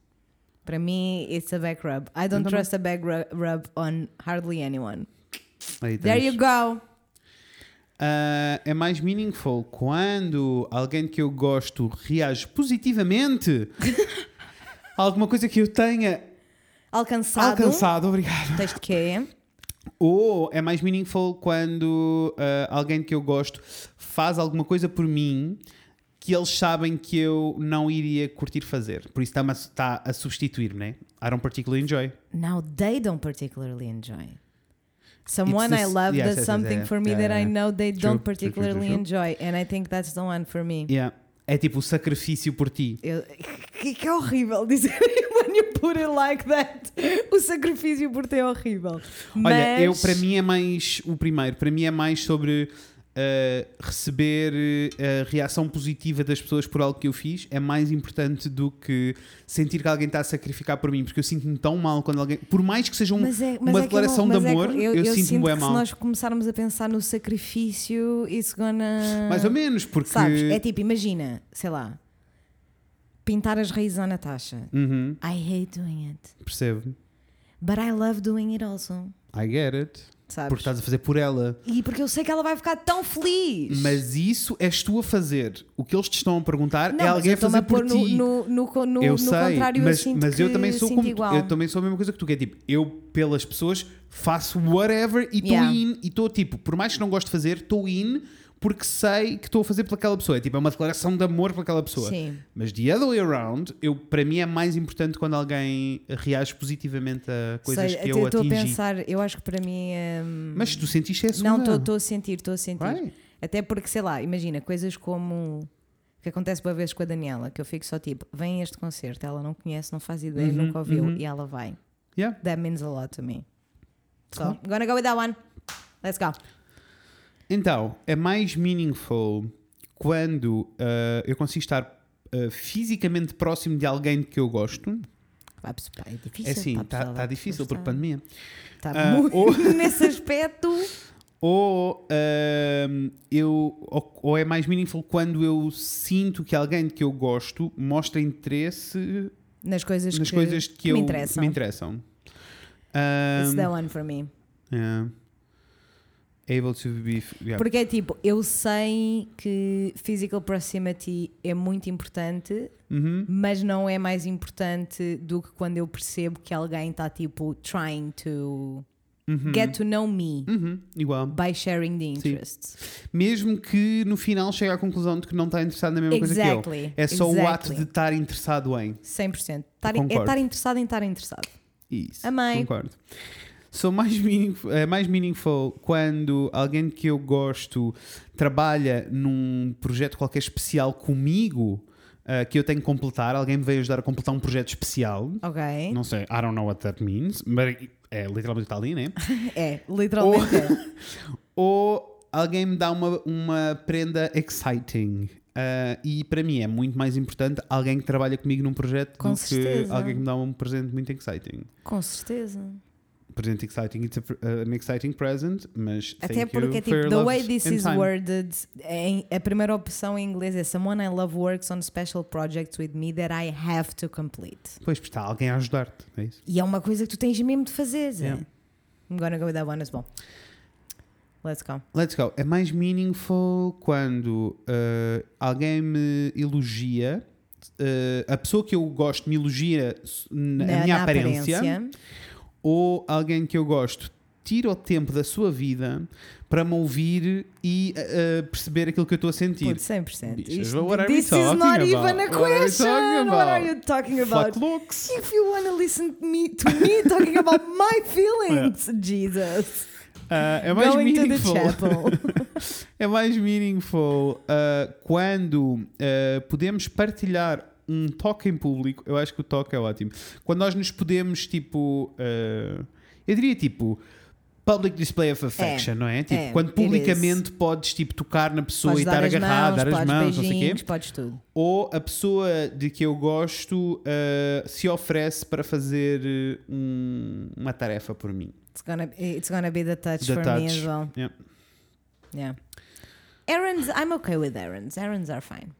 Para mim, it's a back rub. I don't Eu também. trust a back ru- rub on hardly anyone. Aí There tens. you go. Ah, é <laughs> mais meaningful quando alguém que eu gosto reage positivamente alguma coisa que eu tenha Alcançado. alcançado, obrigado. Texto que é. Ou é mais meaningful quando ah, alguém que eu gosto faz alguma coisa por mim que eles sabem que eu não iria curtir fazer. Por isso está-me a, está a substituir-me, né? I don't particularly enjoy. Now they don't particularly enjoy. Someone the I s- love yes, yes, does yes, something yeah, for me yeah, that I yeah. know they True, don't true, true, true, particularly true. enjoy, and I think that's the one for me. Yeah. É tipo o sacrifício por ti. Eu- que, que é horrível dizer <laughs> when you put it like that. O sacrifício por ti é horrível. Olha, eu, Mas- para mim é mais o primeiro, para mim é mais sobre eh, receber eh, a reação positiva das pessoas por algo que eu fiz, é mais importante do que sentir que alguém está a sacrificar por mim, porque eu sinto-me tão mal quando alguém, por mais que seja um, Mas é- mas uma é que declaração não- de mas é que amor, eu, sinto-me sinto bem que mal. Se nós começarmos a pensar no sacrifício, it's gonna. Mais ou menos, porque. Sabes? É tipo, imagina, sei lá, pintar as raízes à Natasha. Uhum, I hate doing it, percebo. but I love doing it also. I get it. Sabes? Porque estás a fazer por ela. E porque eu sei que ela vai ficar tão feliz. Mas isso és tu a fazer. O que eles te estão a perguntar não, é mas alguém eu a estou-me fazer a pôr por no, ti. no, no, co- no- eu no sei, contrário, mas, eu sinto mas que eu também sou sinto como tu. igual. eu também sou a mesma coisa que tu, que é tipo, eu pelas pessoas faço whatever e estou Yeah. in e estou tipo, por mais que não gosto de fazer, estou in porque sei que estou a fazer por aquela pessoa. É tipo, é uma declaração de amor para aquela pessoa. Sim. Mas the other way around, eu, para mim é mais importante quando alguém reage positivamente a coisas Sei, que eu eu estou a atingi. pensar, eu acho que para mim. hum, Mas tu sentiste essa não, estou a sentir, estou a sentir. Vai. Até porque, sei lá, imagina coisas como. que acontece uma vez com a Daniela, que eu fico só tipo, vem a este concerto, ela não conhece, não faz ideia, Uhum, nunca ouviu, e ela vai. Yeah. That means a lot to me. So, I'm gonna go with that one. Let's go. Então, é mais meaningful quando ah, eu consigo estar ah, fisicamente próximo de alguém que eu gosto. Vai, pessoal, é difícil. É sim, pá, pessoal, está vai, difícil pessoal, por pandemia. Está Ah, muito ou- <laughs> nesse aspecto. Ou, ahm, eu, ou, ou é mais meaningful quando eu sinto que alguém que eu gosto mostra interesse Nas coisas nas que, coisas que, que eu, me interessam. me interessam. Ehm, Ahm, It's that one for me. yeah. um é Able to be. yeah. Porque é tipo, eu sei que physical proximity é muito importante, Uhum. mas não é mais importante do que quando eu percebo que alguém está tipo trying to get to know me Uhum, Igual. by sharing the interests. Mesmo que no final chegue à conclusão de que não está interessado na mesma É coisa que eu. Exactly, É só o ato exactly. de estar interessado em. 100%. Estar, é Concordo. estar interessado em estar interessado. Isso. Amei. Concordo. Sou mais meaningful, é mais meaningful quando alguém que eu gosto trabalha num projeto qualquer especial comigo ah, que eu tenho que completar. Alguém me veio ajudar a completar um projeto especial. Ok? Não sei, I don't know what that means, mas é literalmente está ali, né? É, <laughs> literalmente. é. Ou alguém me dá uma, uma prenda exciting. Ah, e para mim é muito mais importante alguém que trabalha comigo num projeto Com do que certeza. alguém que me dá um presente muito exciting. Com certeza. presente exciting, it's a, pr- uh, an exciting present, mas Até thank porque, you é for your tipo, the love way this and is time. worded, é em- a primeira opção em inglês é Someone I love works on special projects with me that I have to complete. Pois, porque está alguém a ajudar-te, é isso? E é uma coisa que tu tens mesmo de fazer, Zé. Yeah. I'm gonna go with that one as well. Let's go. Let's go. É mais meaningful quando uh, alguém me elogia, uh, a pessoa que eu gosto me elogia s- na, a minha aparência, ou alguém que eu gosto tira o tempo da sua vida para me ouvir e uh, uh, perceber aquilo que eu estou a sentir. Puto, 100%. Bichas, Isto- tipo, what are we This is not talking even a about? What are we question. talking What are about? you talking about? <laughs> Fuck looks. If you want to listen to me, to me talking about <laughs> my feelings, Jesus. Ah, é mais Going to meaningful. the <laughs> chapel. é mais meaningful ah, quando ah, podemos partilhar um toque em público. Eu acho que o toque é ótimo. Quando nós nos podemos, tipo. ah, eu diria tipo. Public display of affection, não é? Tipo, é, quando it is. publicamente podes tipo, tocar na pessoa Podes e estar dar as agarrado, dar mãos, as podes mãos, não sei o beijinhos, quê. podes tudo. Ou a pessoa de que eu gosto ah, se oferece para fazer eh, um- uma tarefa por mim. It's gonna, it's gonna be the touch The for me touch. as well. Yeah. Yeah. Errands, I'm okay with errands. Errands are fine.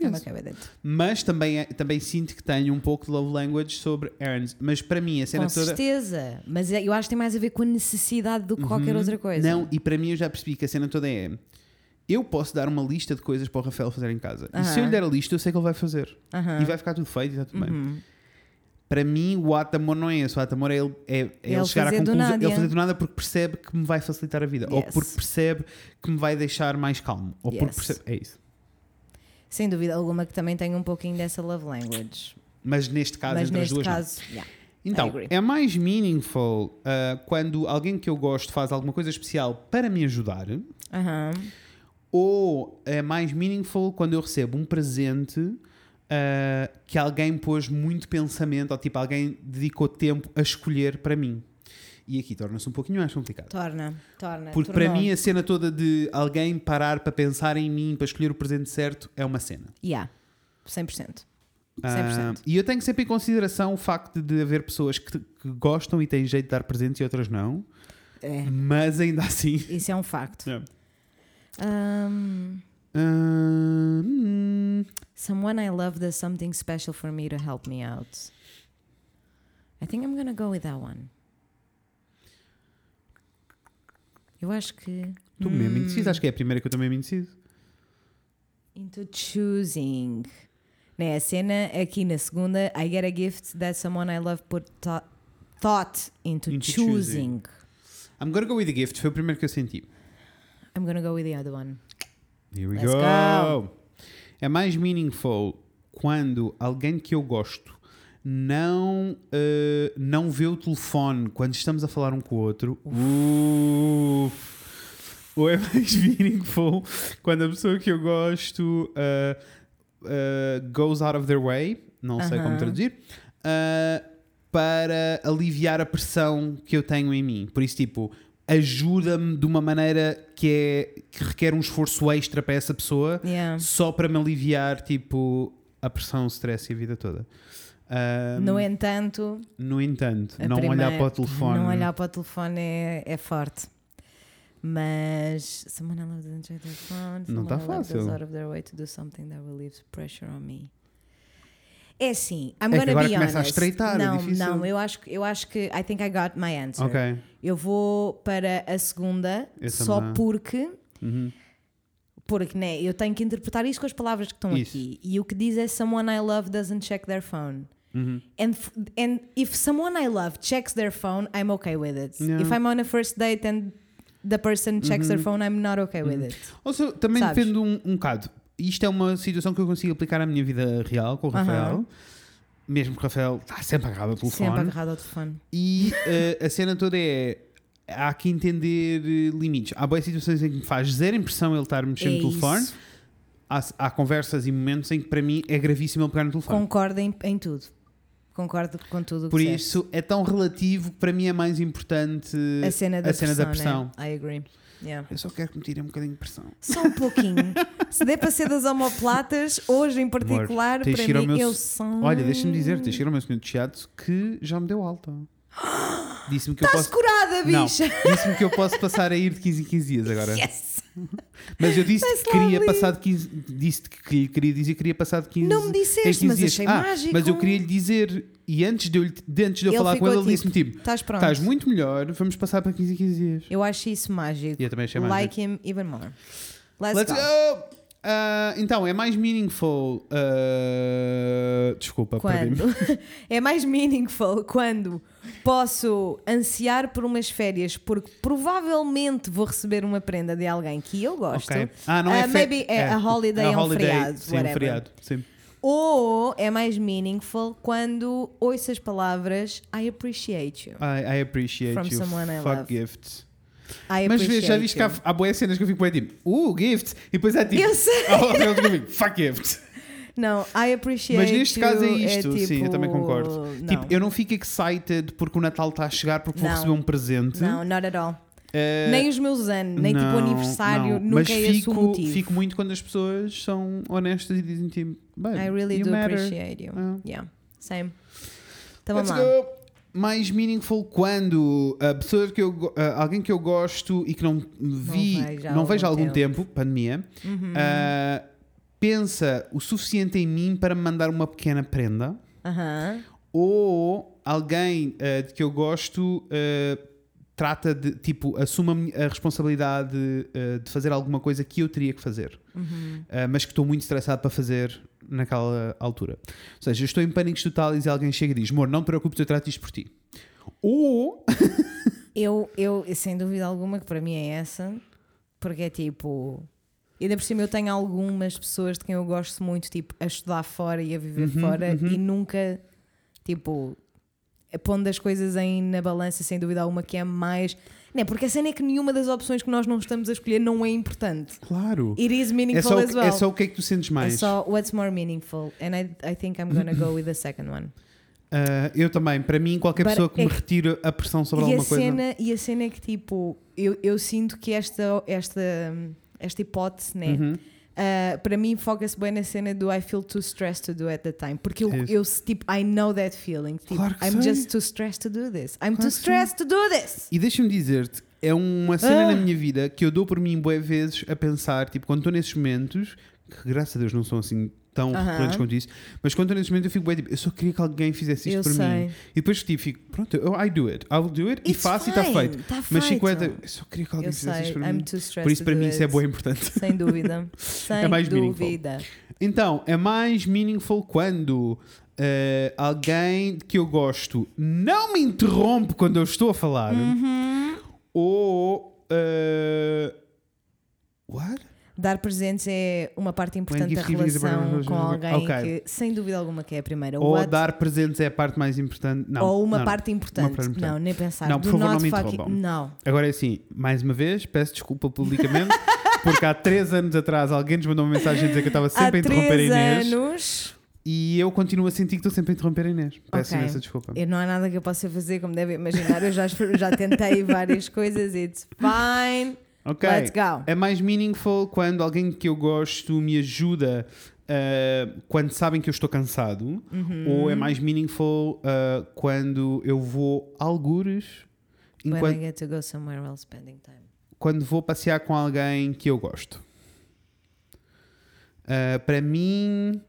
I'm Yes. okay with it. Mas também, é- também sinto que tenho um pouco de love language sobre errands. Mas para mim, a cena Com toda. certeza. Mas é, eu acho que tem mais a ver com a necessidade do que qualquer outra coisa. Uhum. Não, e para mim eu já percebi que a cena toda é. Eu posso dar uma lista de coisas para o Rafael fazer em casa. E se eu Aham. lhe der a lista, eu sei que ele vai fazer. Aham. Uhum. E vai ficar tudo feito e está tudo bem. Para mim, o ato de amor não é esse. O ato de amor é ele, é, é ele Ele chegar à fazer do conclusão. nada, ele yeah. fazer do nada porque percebe que me vai facilitar a vida. Ou Yes. porque percebe que me vai deixar mais calmo. Ou porque Yes. percebe. É isso. Sem dúvida alguma que também tem um pouquinho dessa love language. Mas neste caso, Mas entre as neste duas. não. caso, yeah. I Então, agree. é mais meaningful ah, quando alguém que eu gosto faz alguma coisa especial para me ajudar, Aham. ou é mais meaningful quando eu recebo um presente ah, que alguém pôs muito pensamento, ou tipo, alguém dedicou tempo a escolher para mim. E aqui torna-se um pouquinho mais complicado. torna, torna. Porque para tornou. mim a cena toda de alguém parar para pensar em mim, para escolher o presente certo, é uma cena. Yeah. 100%. Ah, 100%. e eu tenho sempre em consideração o facto de haver pessoas que, que gostam e têm jeito de dar presentes e outras não. É. Mas ainda assim. Isso é um facto. Yeah. Um, Ah, hum, someone I love does something special for me to help me out. I think I'm gonna go with that one. Eu acho que. Estou mesmo indeciso. Acho que é a primeira que eu estou mesmo indeciso. Into choosing. Né, a cena aqui na segunda, I get a gift that someone I love put tho- thought into, Into choosing. I'm gonna go with the gift. Foi o primeiro que eu senti. I'm gonna go with the other one. Here we Let's go. go. É mais meaningful quando alguém que eu gosto não, eh, não vê o telefone quando estamos a falar um com o outro. Uf. Ou é mais <laughs> meaningful quando a pessoa que eu gosto eh, eh, goes out of their way, não sei como Aham. traduzir, eh, para aliviar a pressão que eu tenho em mim. Por isso, tipo, ajuda-me de uma maneira que, é, que requer um esforço extra para essa pessoa Yeah. só para me aliviar, tipo, a pressão, o stress e a vida toda. Ah, No entanto, no entanto, é a não olhar primeira- para o telefone. É Não olhar para o telefone é, é forte. Mas someone I love doesn't check their phone. Não someone tá I love fácil. goes out of their way to do something that relieves pressure on me. É assim, I'm que gonna agora be começa a honest. estreitar, é não, difícil. não, eu acho, que- eu acho que I think I got my answer. Ok. Eu vou para a segunda Eu só também. porque. Uhum. Porque, né, eu tenho que interpretar isto com as palavras que estão Isso. aqui. E o que diz é: Someone I love doesn't check their phone. Uhum. And, f- and if someone I love checks their phone, I'm okay with it. Yeah. Uhum. If I'm on a first date and the person checks their phone, I'm not okay with it. Ou seja, também Sabes? depende um, um bocado. Isto é uma situação que eu consigo aplicar à minha vida real com o Rafael. Mesmo que o Rafael está sempre agarrado ao telefone. Sempre agarrado ao telefone. E eh, a cena toda é. Há que entender eh, limites. Há boas situações em que me faz zero impressão ele estar mexendo É no telefone. isso. Há, há conversas e momentos em que para mim é gravíssimo ele pegar no telefone. Concordo em, em tudo. Concordo com tudo o que Por disseste. isso é tão relativo que para mim é mais importante a cena da a cena da pressão. né? I agree. Yeah. Eu só quero que me tirem um bocadinho de pressão. Só um pouquinho. Se der para ser das homoplatas, hoje em particular, tens que ir para ao mim, meu eu s- sou. Olha, deixa-me dizer, tens que ir ao meu senhor de teatro que já me deu alta. Disse-me que eu Estás posso. curada, Não, <laughs> bicha! disse-me que eu posso passar a ir de 15 em 15 dias agora. Yes! Mas eu disse That's que queria lovely. passar de 15. Disse que lhe queria dizer que queria passar de 15. Não me em disseste, 15 mas dias. achei ah, mágico. Mas eu queria lhe dizer, e antes de eu, lhe- de- antes de eu Ele falar com ficou ele, ele tipo, disse-me tipo: Estás pronto. estás muito melhor, vamos passar para 15 em 15 dias. Eu acho isso mágico. E eu também achei mágico. like him even more. Let's, Let's go. go! Ah, então, é mais meaningful. ah, desculpa, perdi-me. Quando <laughs> é mais meaningful quando posso ansiar por umas férias porque provavelmente vou receber uma prenda de alguém que eu gosto. Ok. Ah, não é Ah, fe- maybe é a holiday, é um feriado, Sim, um whatever. feriado. Sim. Ou é mais meaningful quando ouço as palavras I appreciate you. I, I appreciate From you. someone I Fuck love. gifts. I Mas vê, appreciate já viste que há, you. há boas cenas que eu fico bem tipo, uh, gift! E depois há tipo, Eu sei. há outra outra que eu fico, fuck gift! Não, I appreciate Mas neste you caso é isto, sim, eu tipo, também concordo. Não. Tipo, eu não fico excited porque o Natal está a chegar porque vou Não. receber um presente. Não, not at all. Eh, nem os meus anos, nem tipo não, aniversário, não. nunca Mas é esse o fico- motivo. fico muito quando as pessoas são honestas e dizem tipo, "Babe, I really you do matter." appreciate you. Ah. Yeah, same. Então vamos Let's lá. go. Mais meaningful quando a pessoa que eu, go- ah, alguém que eu gosto e que não vi, não vejo vejo há há algum, algum Uhum. tempo, pandemia, ah, pensa o suficiente em mim para me mandar uma pequena prenda Aham. eh, ou alguém ah, de que eu gosto ah, trata de, tipo, assume a minha- a, responsabilidade eh, de fazer alguma coisa que eu teria que fazer, Uhum. Eh, mas que estou muito estressado para fazer naquela altura. Ou seja, eu estou em pânico total e alguém chega e diz: Amor, não te preocupes, eu trato isto por ti. Ou. Eu, eu, sem dúvida alguma, que para mim é essa, porque é tipo. E ainda por cima eu tenho algumas pessoas de quem eu gosto muito, tipo, a estudar fora e a viver Uhum, fora e nunca, tipo, pondo as coisas em, na balança, sem dúvida alguma, que é mais. Não, porque a cena é que nenhuma das opções que nós não estamos a escolher não é importante. Claro! It is É só, meaningful o as que, well. é só o que é que tu sentes É mais. só what's more meaningful. And I, I think I'm gonna go with the second one. Ah, eu também, para mim, qualquer But pessoa que é me que- retira a pressão sobre E a, alguma coisa. cena, e a cena é que tipo, eu, eu sinto que esta, esta, esta hipótese, né? Uhum. ah, para mim foca-se bem na cena do I feel too stressed to do at the time. Porque eu, É isso. eu tipo, I know that feeling. Tipo, Claro que I'm sei. just too stressed to do this. I'm Claro too que sim. stressed to do this. E deixa-me dizer-te, é uma cena Ah. na minha vida que eu dou por mim boas vezes a pensar, tipo, quando estou nesses momentos, que graças a Deus não são assim tão Aham. recorrentes quanto isso, mas quando estou nesses momentos eu fico bem, tipo, eu só queria que alguém fizesse isto Eu por sei. mim. E depois tipo, fico, pronto, eu, I do it, I will do it, e It's faço e fine, está feito. tá Mas feito. 50, eu só queria que alguém Eu fizesse sei, isto por I'm mim. too stressed Por isso, to para do mim, isso é this. <laughs> bem importante. Sem dúvida. Sem mais meaningful. dúvida. Então, é mais meaningful quando eh, alguém que eu gosto não me interrompe quando eu estou a falar. Uhum. Ou. eh, what? Dar presentes é uma parte importante da gift giving is a part of relação the com alguém relationship. Ok. que, sem dúvida alguma, que é a primeira. Ou What dar presentes é a parte mais importante. Não, ou uma não, não. parte importante. Uma parte importante. Não, nem pensar. Não, por Do favor, not não me fucking- interrompam. Não. Agora é assim, mais uma vez, peço desculpa publicamente, <laughs> porque há três anos atrás alguém nos mandou uma mensagem a dizer que eu estava sempre a Há interromper a três Inês. anos. E eu continuo a sentir que estou sempre a interromper a Inês. Peço Ok. imensa desculpa. Eu não há nada que eu possa fazer, como devem imaginar. Eu já, já <laughs> tentei várias coisas. It's fine. Ok. Let's go. É mais meaningful quando alguém que eu gosto me ajuda uh, quando sabem que eu estou cansado. Uhum. Ou é mais meaningful uh, quando eu vou a algures When I enquanto, get to go somewhere else spending time. quando vou passear com alguém que eu gosto. Uh, para mim.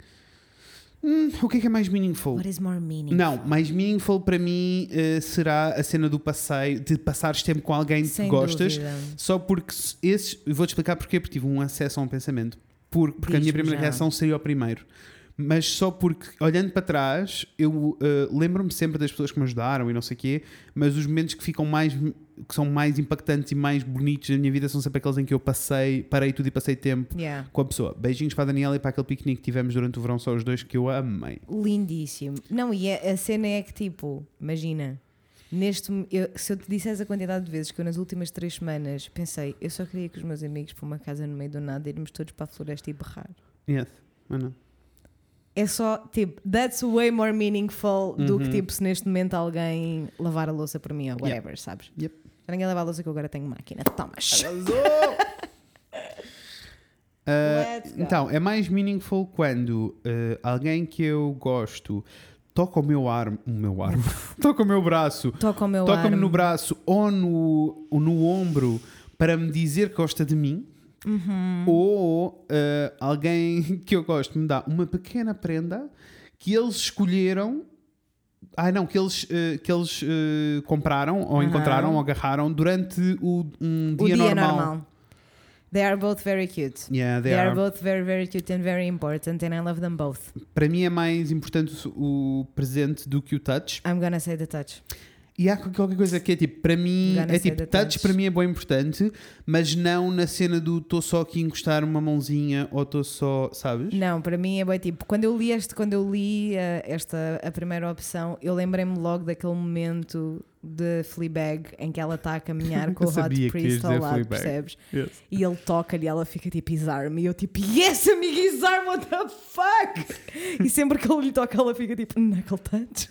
hum, o que é que é mais meaningful? What is more meaning? Não, mais meaningful para mim eh, será a cena do passeio, de passares tempo com alguém Sem que gostas, dúvida. só porque se- esses. Vou te explicar porquê, porque tive um acesso a um pensamento. Por- porque a Diz-me minha primeira já. reação seria o primeiro. Mas só porque, olhando para trás, eu eh, lembro-me sempre das pessoas que me ajudaram e não sei o quê, mas os momentos que ficam mais. que são mais impactantes e mais bonitos da minha vida são sempre aqueles em que eu passei, parei tudo e passei tempo Yeah. com a pessoa. Beijinhos para a Daniela e para aquele piquenique que tivemos durante o verão, só os dois que eu amei. Lindíssimo. Não, e é- a cena é que tipo, imagina. Neste, mo- eu- se eu te dissesse a quantidade de vezes que eu nas últimas três semanas pensei, eu só queria que os meus amigos para uma casa no meio do nada irmos todos para a floresta e berrar. Yes, I know. É só, tipo, that's way more meaningful do Uhum. que, tipo, se neste momento alguém lavar a louça por mim ou whatever, sabes? Yep. Já ninguém lava a louça que eu agora tenho máquina. Tomas! <laughs> Ah, Let's go. então, é mais meaningful quando ah, alguém que eu gosto toca o meu armo, o meu armo, <laughs> toca o meu braço, Toca o meu toca-me armo. no braço ou no, ou no ombro para me dizer que gosta de mim. Uhum. Ou ah, alguém <laughs> que eu gosto me dá uma pequena prenda que eles escolheram ah, não, que eles, eh, que eles eh, compraram ou Aham. encontraram ou agarraram durante o, um o dia, normal. They are both very cute. Yeah, they They are are. both very, very cute and very important and I love them both. Para mim é mais importante o o presente do que o touch. I'm gonna say the touch. E há qualquer coisa que é tipo, para mim, Gonna é say tipo, the touch, touch. para mim é bem importante, mas não na cena do estou só aqui a encostar uma mãozinha ou estou só, sabes? Não, para mim é bem tipo, quando eu li este, quando eu li eh, esta a primeira opção, eu lembrei-me logo daquele momento de Fleabag em que ela está a <laughs> caminhar com o Eu sabia Rod que ias Priest ao dizer lado, Fleabag. percebes? E ele toca-lhe e ela fica tipo Isarme. E eu tipo, yes, amiga, Isarme, what the fuck? <laughs> e sempre que ele lhe toca, ela fica tipo, knuckle <laughs> touch.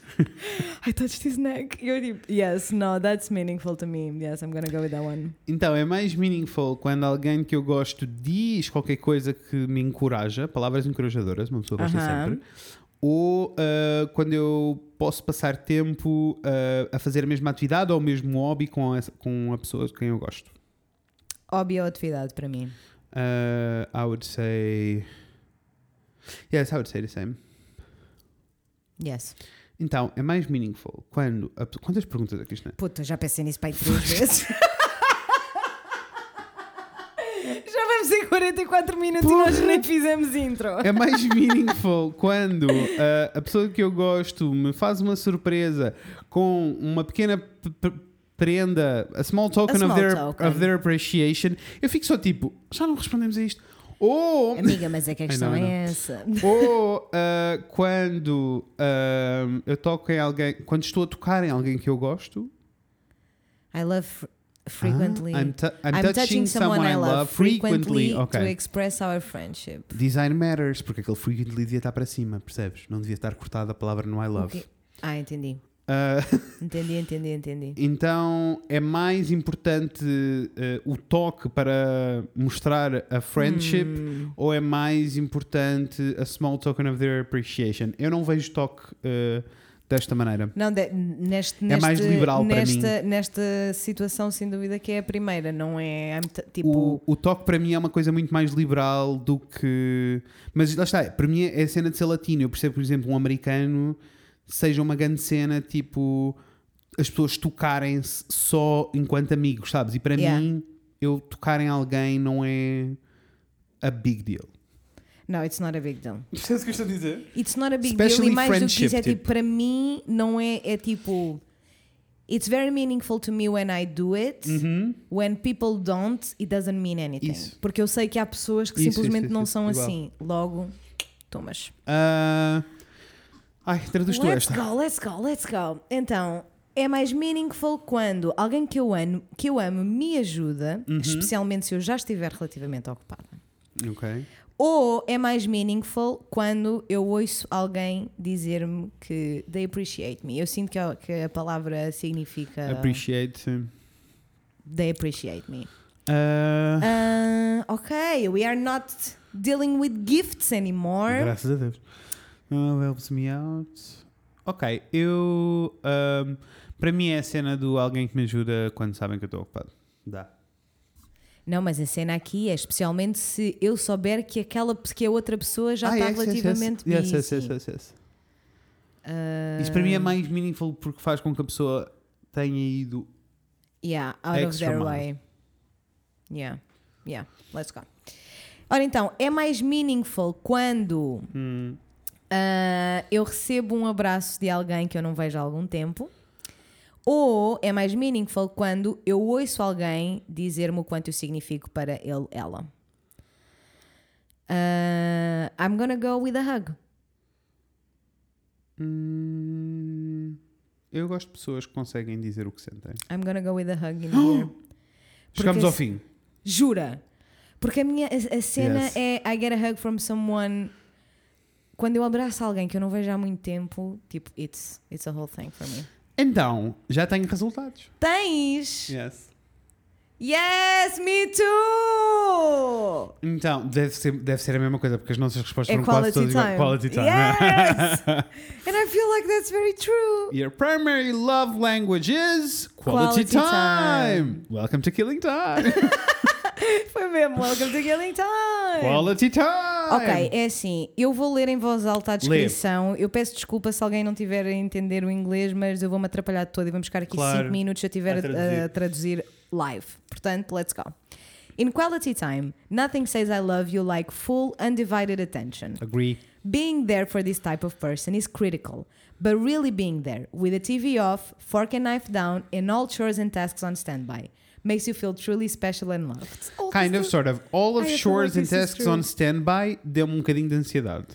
I touched his neck. E eu tipo, yes, no, that's meaningful to me. Yes, I'm gonna go with that one. Então é mais meaningful quando alguém que eu gosto diz qualquer coisa que me encoraja, palavras encorajadoras, uma pessoa gosta Aham. sempre. Ou ah, quando eu posso passar tempo ah, a fazer a mesma atividade ou o mesmo hobby com, essa- com a pessoa de quem eu gosto. Hobby ou é atividade para mim. Uh, I would say. Yes, I would say the same. Yes. Então, é mais meaningful quando. a pe- quantas perguntas é que isto é? Puta, já pensei nisso para aí três vezes. <laughs> já vamos em 44 minutos e nós nem fizemos intro. <laughs> É mais meaningful quando ah, a pessoa que eu gosto me faz uma surpresa com uma pequena p- p- prenda, a small token, small of, their, token. of their appreciation. Eu fico só tipo, já não respondemos a isto. <laughs> Ou, Amiga, mas é que a questão não, é essa. ou ah, quando ah, eu toco em alguém, quando estou a tocar em alguém que eu gosto. I love fr- frequently. Ah, I'm, tu- I'm touching, someone, I love frequently. Ok. to express our friendship. Design matters, porque aquele frequently devia estar para cima, percebes? Não devia estar cortada a palavra no I O love. quê? Ah, entendi. Ah, <laughs> Entendi, entendi, entendi. então é mais importante eh, o toque para mostrar a friendship Hmm. ou é mais importante a small token of their appreciation? Eu não vejo toque eh, desta maneira. Não, de- neste, É mais neste- liberal para nesta, Nesta situação, sem dúvida, que é a primeira, não é? I'm t- tipo, O, o toque para mim é uma coisa muito mais liberal do que. Mas lá está, para mim é a cena de ser latino. Eu percebo, por exemplo, um americano seja uma grande cena tipo as pessoas tocarem-se só enquanto amigos, sabes? E para Yeah. mim, eu tocar em alguém não é a big deal. não, it's not a big deal. Percebes o que eu estou a dizer? It's not a big deal. Especially E mais do que isso, friendship, é tipo, tipo. para mim, não é, é tipo. It's very meaningful to me when I do it. When people don't, it doesn't mean anything. Uhum. Isso. Porque eu sei que há pessoas que Isso, simplesmente isso, isso, não isso. são Igual. assim. Logo, tomas. Ah, Ai, traduz tu Let's esta. go, let's go, let's go. Então, é mais meaningful quando alguém que eu amo, que eu amo me ajuda, Uhum. especialmente se eu já estiver relativamente ocupada. Ok. Ou é mais meaningful quando eu ouço alguém dizer-me que they appreciate me. Eu sinto que a, que a palavra significa Appreciate. sim. they appreciate me. Ah, Ah, ok, we are not dealing with gifts anymore. Graças a Deus. Oh, helps me out. Ok, eu. ahm, para mim é a cena do alguém que me ajuda quando sabem que eu estou ocupado. Dá. Não, mas a cena aqui é especialmente se eu souber que aquela que a outra pessoa já Ah, está yes, yes, relativamente yes, yes, busy. Ah, yes, yes, yes. Isso para mim é mais meaningful porque faz com que a pessoa tenha ido. Yeah, out of Extra their mile. way. Yeah, yeah, let's go. Ora então, é mais meaningful quando um, ah, eu recebo um abraço de alguém que eu não vejo há algum tempo, ou é mais meaningful quando eu ouço alguém dizer-me o quanto eu significo para ele, ela. Ah, I'm gonna go with a hug. Hum, eu gosto de pessoas que conseguem dizer o que sentem. I'm gonna go with a hug in here. Chegamos ao se- fim. Jura? Porque a minha a, a cena Yes. é I get a hug from someone. Quando eu abraço alguém que eu não vejo há muito tempo, tipo, it's, it's a whole thing for me. Então, já tenho resultados. Tens! Yes. Yes, me too! Então, deve ser, deve ser a mesma coisa, porque as nossas respostas É foram quase quality todas iguais. time. Quality time. né? <laughs> Yes! And I feel like that's very true. Your primary love language is quality, Quality time. Welcome to Killing <laughs> Time. Foi mesmo, welcome to Killing Time! quality time. Ok, é assim, eu vou ler em voz alta a descrição. Eu peço desculpa se alguém não tiver a entender o inglês, mas eu vou-me atrapalhar todo e vamos ficar aqui 5 Claro, minutos se eu estiver a a traduzir. a traduzir live. Portanto, let's go. In quality time, nothing says I love you like full, undivided attention. Agree. Being there for this type of person is critical, but really being there, with the TV off, fork and knife down, and all chores and tasks on standby, makes you feel truly special and loved. Kind of, sort of. All Ai, of eu feel Shores like and this is Tasks é true. on Standby deu-me um bocadinho de ansiedade.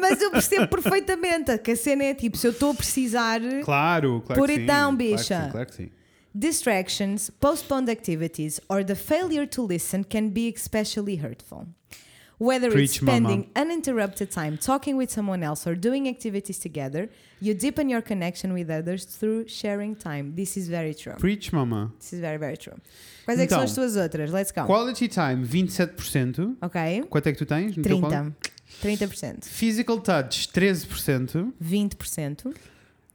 Mas eu percebo perfeitamente que a cena é tipo, se eu estou a precisar, Claro, claro Put it que sim. down, Claro que bicha. sim, Claro que sim. distractions, postponed activities, or the failure to listen can be especially hurtful. Whether it's Preach, mama. spending uninterrupted time talking with someone else or doing activities together, you deepen your connection with others through sharing time. This is very true. Preach, mama. This is very, very true. Quais é que Então, são as tuas outras? Let's go. Quality time, 27%. Ok? Quanto é que tu tens? no teu qual- 30. 30%. Physical touch, 13%. 20%.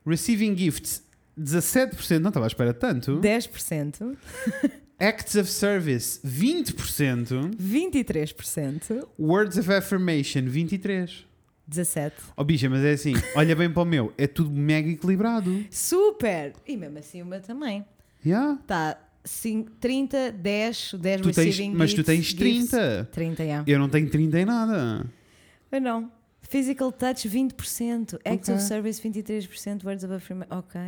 Receiving gifts, 17%. Não estava à espera de tanto. 10%. Acts of Service, 20%. 23%, Words of Affirmation, 23%. 17%. Oh, bicha, mas <laughs> é assim, olha bem para o meu, é tudo mega equilibrado. Super! E mesmo assim o meu também. Tá, Yeah. Está 30, 10, 10 Tu tens- receiving mas tu gifts, tens gifts. 30. 30, yeah. Eu não tenho 30 em nada. Eu não. Physical touch 20%, acts Ok. of service 23%, words of affirmation. Ok,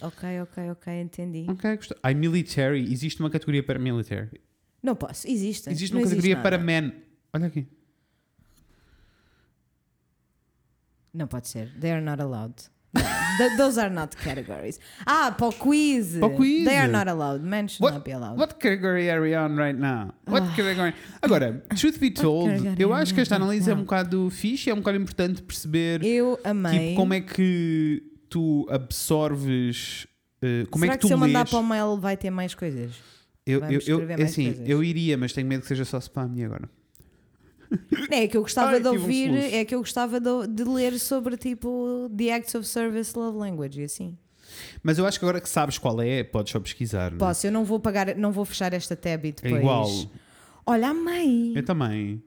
ok, ok, ok, entendi. Ok, gostei. Ai, military, existe uma categoria para military. Não posso, existe. Existe não uma categoria nada. para men. Olha aqui. Não pode ser. They are not allowed. No, th- those are not categories. Ah, para o quiz. Para o quiz. They are not allowed. Men should What- not be allowed. What category are we on right now? What category? Agora, truth be told, Ah. category eu acho que esta are we on análise é um now? bocado fixe, é um bocado importante perceber Eu amei. tipo, como é que tu absorves. eh, como Será é que tu se eu lês? mandar para o mail vai ter mais coisas? eu, Vamos eu, eu- escrever mais assim, coisas. eu iria, mas tenho medo que seja só spam e agora. É que eu gostava Ai, de tive um ouvir, soluço. é que eu gostava de, de ler sobre tipo The Acts of Service Love Language e assim. Mas eu acho que agora que sabes qual é, podes só pesquisar. não é? Posso, eu não vou pagar, não vou fechar esta tab e depois. igual. Olha, amei. Eu também.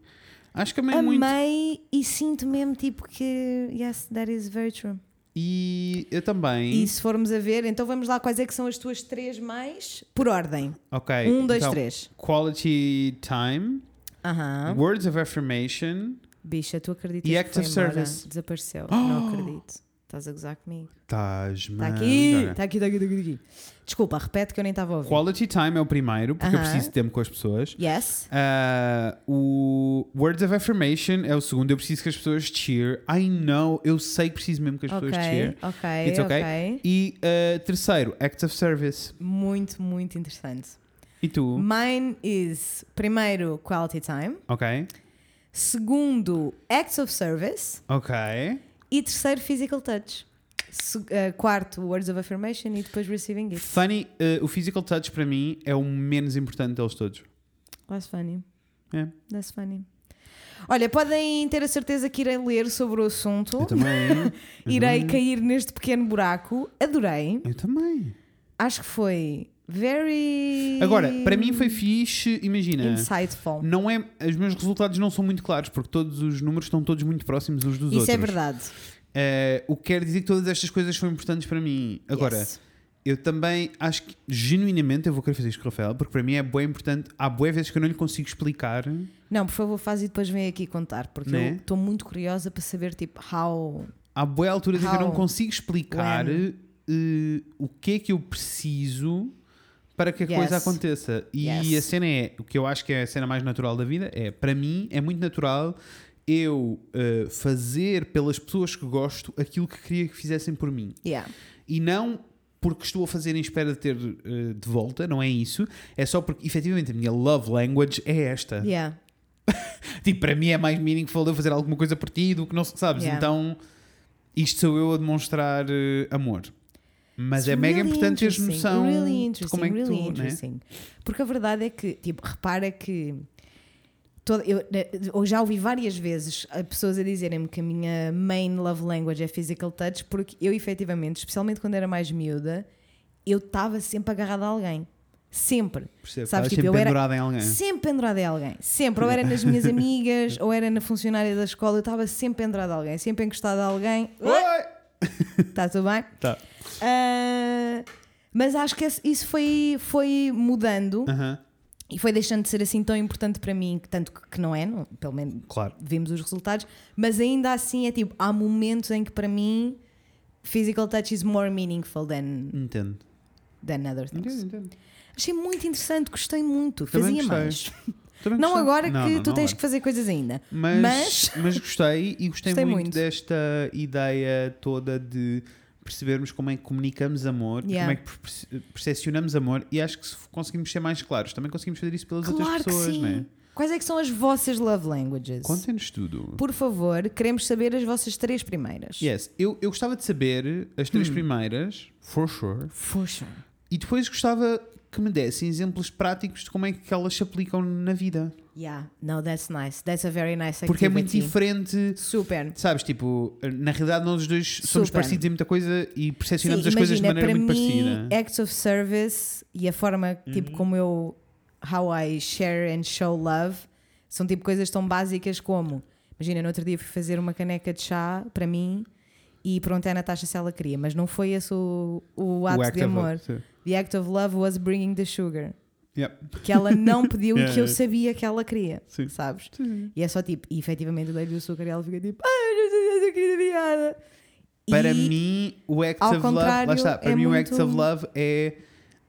Acho que também é muito. amei e sinto mesmo tipo que yes, that is very true. E eu também. E se formos a ver, então vamos lá, quais é que são as tuas três mais por ordem? Ok. Um, dois, então, três. Ah. Quality time, Aham. words of affirmation. Bicha, tu acreditas E que Acts foi of embora? Service. Oh! Desapareceu. Não acredito. Estás a gozar comigo. Estás Está manga. Tá aqui, está aqui, está aqui, está aqui. Desculpa, repete que eu nem estava a ouvir. Quality time é o primeiro, porque eu Aham. preciso de tempo com as pessoas. Yes. Ah, o Words of Affirmation é o segundo. Eu preciso que as pessoas cheer. I know, eu sei que preciso mesmo que as Ok, pessoas cheer. ok, It's okay. ok. E ah, terceiro, Acts of Service. Muito, muito interessante. E tu? Mine is, primeiro, quality time. Ok. Segundo, acts of service. Ok. E terceiro, physical touch. Se- eh, quarto, words of affirmation. E depois, receiving gifts. Funny, ah, o physical touch para mim é o menos importante deles todos. That's funny. É. That's funny. Olha, podem ter a certeza que irei ler sobre o assunto. Eu também. é. eu Irei também. cair neste pequeno buraco. Adorei. <laughs> Eu também. Acho que foi very. Agora, para mim foi fixe, imagina. Insightful. Não é, os meus resultados não são muito claros, porque todos os números estão todos muito próximos uns dos Isso outros. é verdade. Eh, o que quer dizer que todas estas coisas foram importantes para mim. Agora, Yes. eu também acho que genuinamente eu vou querer fazer isto com o Rafael, porque para mim é bem importante. Há boas vezes que eu não lhe consigo explicar. Não, por favor, faz e depois vem aqui contar, porque Né? eu estou muito curiosa para saber, tipo, how. Há boas alturas em que eu não How? consigo explicar eh, o que é que eu preciso para que a Yes. coisa aconteça. E Yes. a cena é, o que eu acho que é a cena mais natural da vida, é para mim é muito natural eu eh, fazer pelas pessoas que gosto aquilo que queria que fizessem por mim. Yeah. e não porque estou a fazer em espera de ter eh, de volta, não é isso. É só porque, efetivamente, a minha love language é esta. Yeah. Tipo, para mim é mais meaningful eu fazer alguma coisa por ti do que não se- sabes. Yeah. Então, isto sou eu a demonstrar eh, amor. Mas It's é mega really importante teres interesting, noção really de como é que interesting, really tu. né? interesting. Porque a verdade é que, tipo, repara que. Toda, eu, né, eu já ouvi várias vezes eh, pessoas a dizerem-me que a minha main love language é physical touch, porque eu efetivamente, especialmente quando era mais miúda, eu estava sempre agarrada a alguém. Sempre. Percebo, Sabes, estás tipo, eu sempre era- pendurada em alguém. Sempre pendurada em alguém. Sempre. Ou <laughs> era nas minhas amigas, ou era na funcionária da escola, eu estava sempre pendurada a alguém, sempre encostada a alguém. Oi! Está tudo bem? Tá. Ah, mas acho que esse- isso foi, foi mudando Aham, e foi deixando de ser assim tão importante para mim, que tanto que- que não é, não- pelo menos Claro. vimos os resultados, mas ainda assim é tipo, há momentos em que para mim physical touch is more meaningful than, Entendo. than other Entendo, things. entendo. Achei muito interessante, gostei muito, Também fazia gostei. mais. Também Não gostei. agora Não, que não, é. tu não tens agora. que fazer coisas ainda. Mas, Mas- mas... gostei e gostei, Gostei muito, muito. desta ideia toda de percebermos como é que comunicamos amor e Yeah. como é que perce- percepcionamos amor e acho que se conseguimos ser mais claros também conseguimos fazer isso pelas Claro outras que pessoas, sim. não é? Quais é que são as vossas love languages? Contem-nos tudo. Por favor, queremos saber as vossas três primeiras. Yes, eu, eu gostava de saber as três Hum. primeiras, for sure, Fuxa. e depois gostava que me dessem exemplos práticos de como é que elas se aplicam na vida. Yeah, no, that's nice. That's a very nice activity. Porque é muito diferente. Super. Sabes, tipo, na realidade nós os dois somos Super. parecidos em muita coisa e percepcionamos Sim, as coisas de imagina, é maneira para muito mim, parecida. Uhum. acts of service e a forma tipo como eu How I Share and Show Love são tipo coisas tão básicas como imagina, no outro dia fui fazer uma caneca de chá para mim e perguntei à Natasha se ela queria, mas não foi esse o, o ato de of- amor. sim. The act of love was bringing the sugar. Yep. Que ela não pediu e Yeah, que eu yeah. sabia que ela queria, Sim. sabes? E é só tipo, e efetivamente eu dei-lhe o açúcar e ela fica tipo, ai, não sei se eu queria viada. Para E- mim, o act ao of love. Lá contrário, está. Para é mim, o muito- act of love é.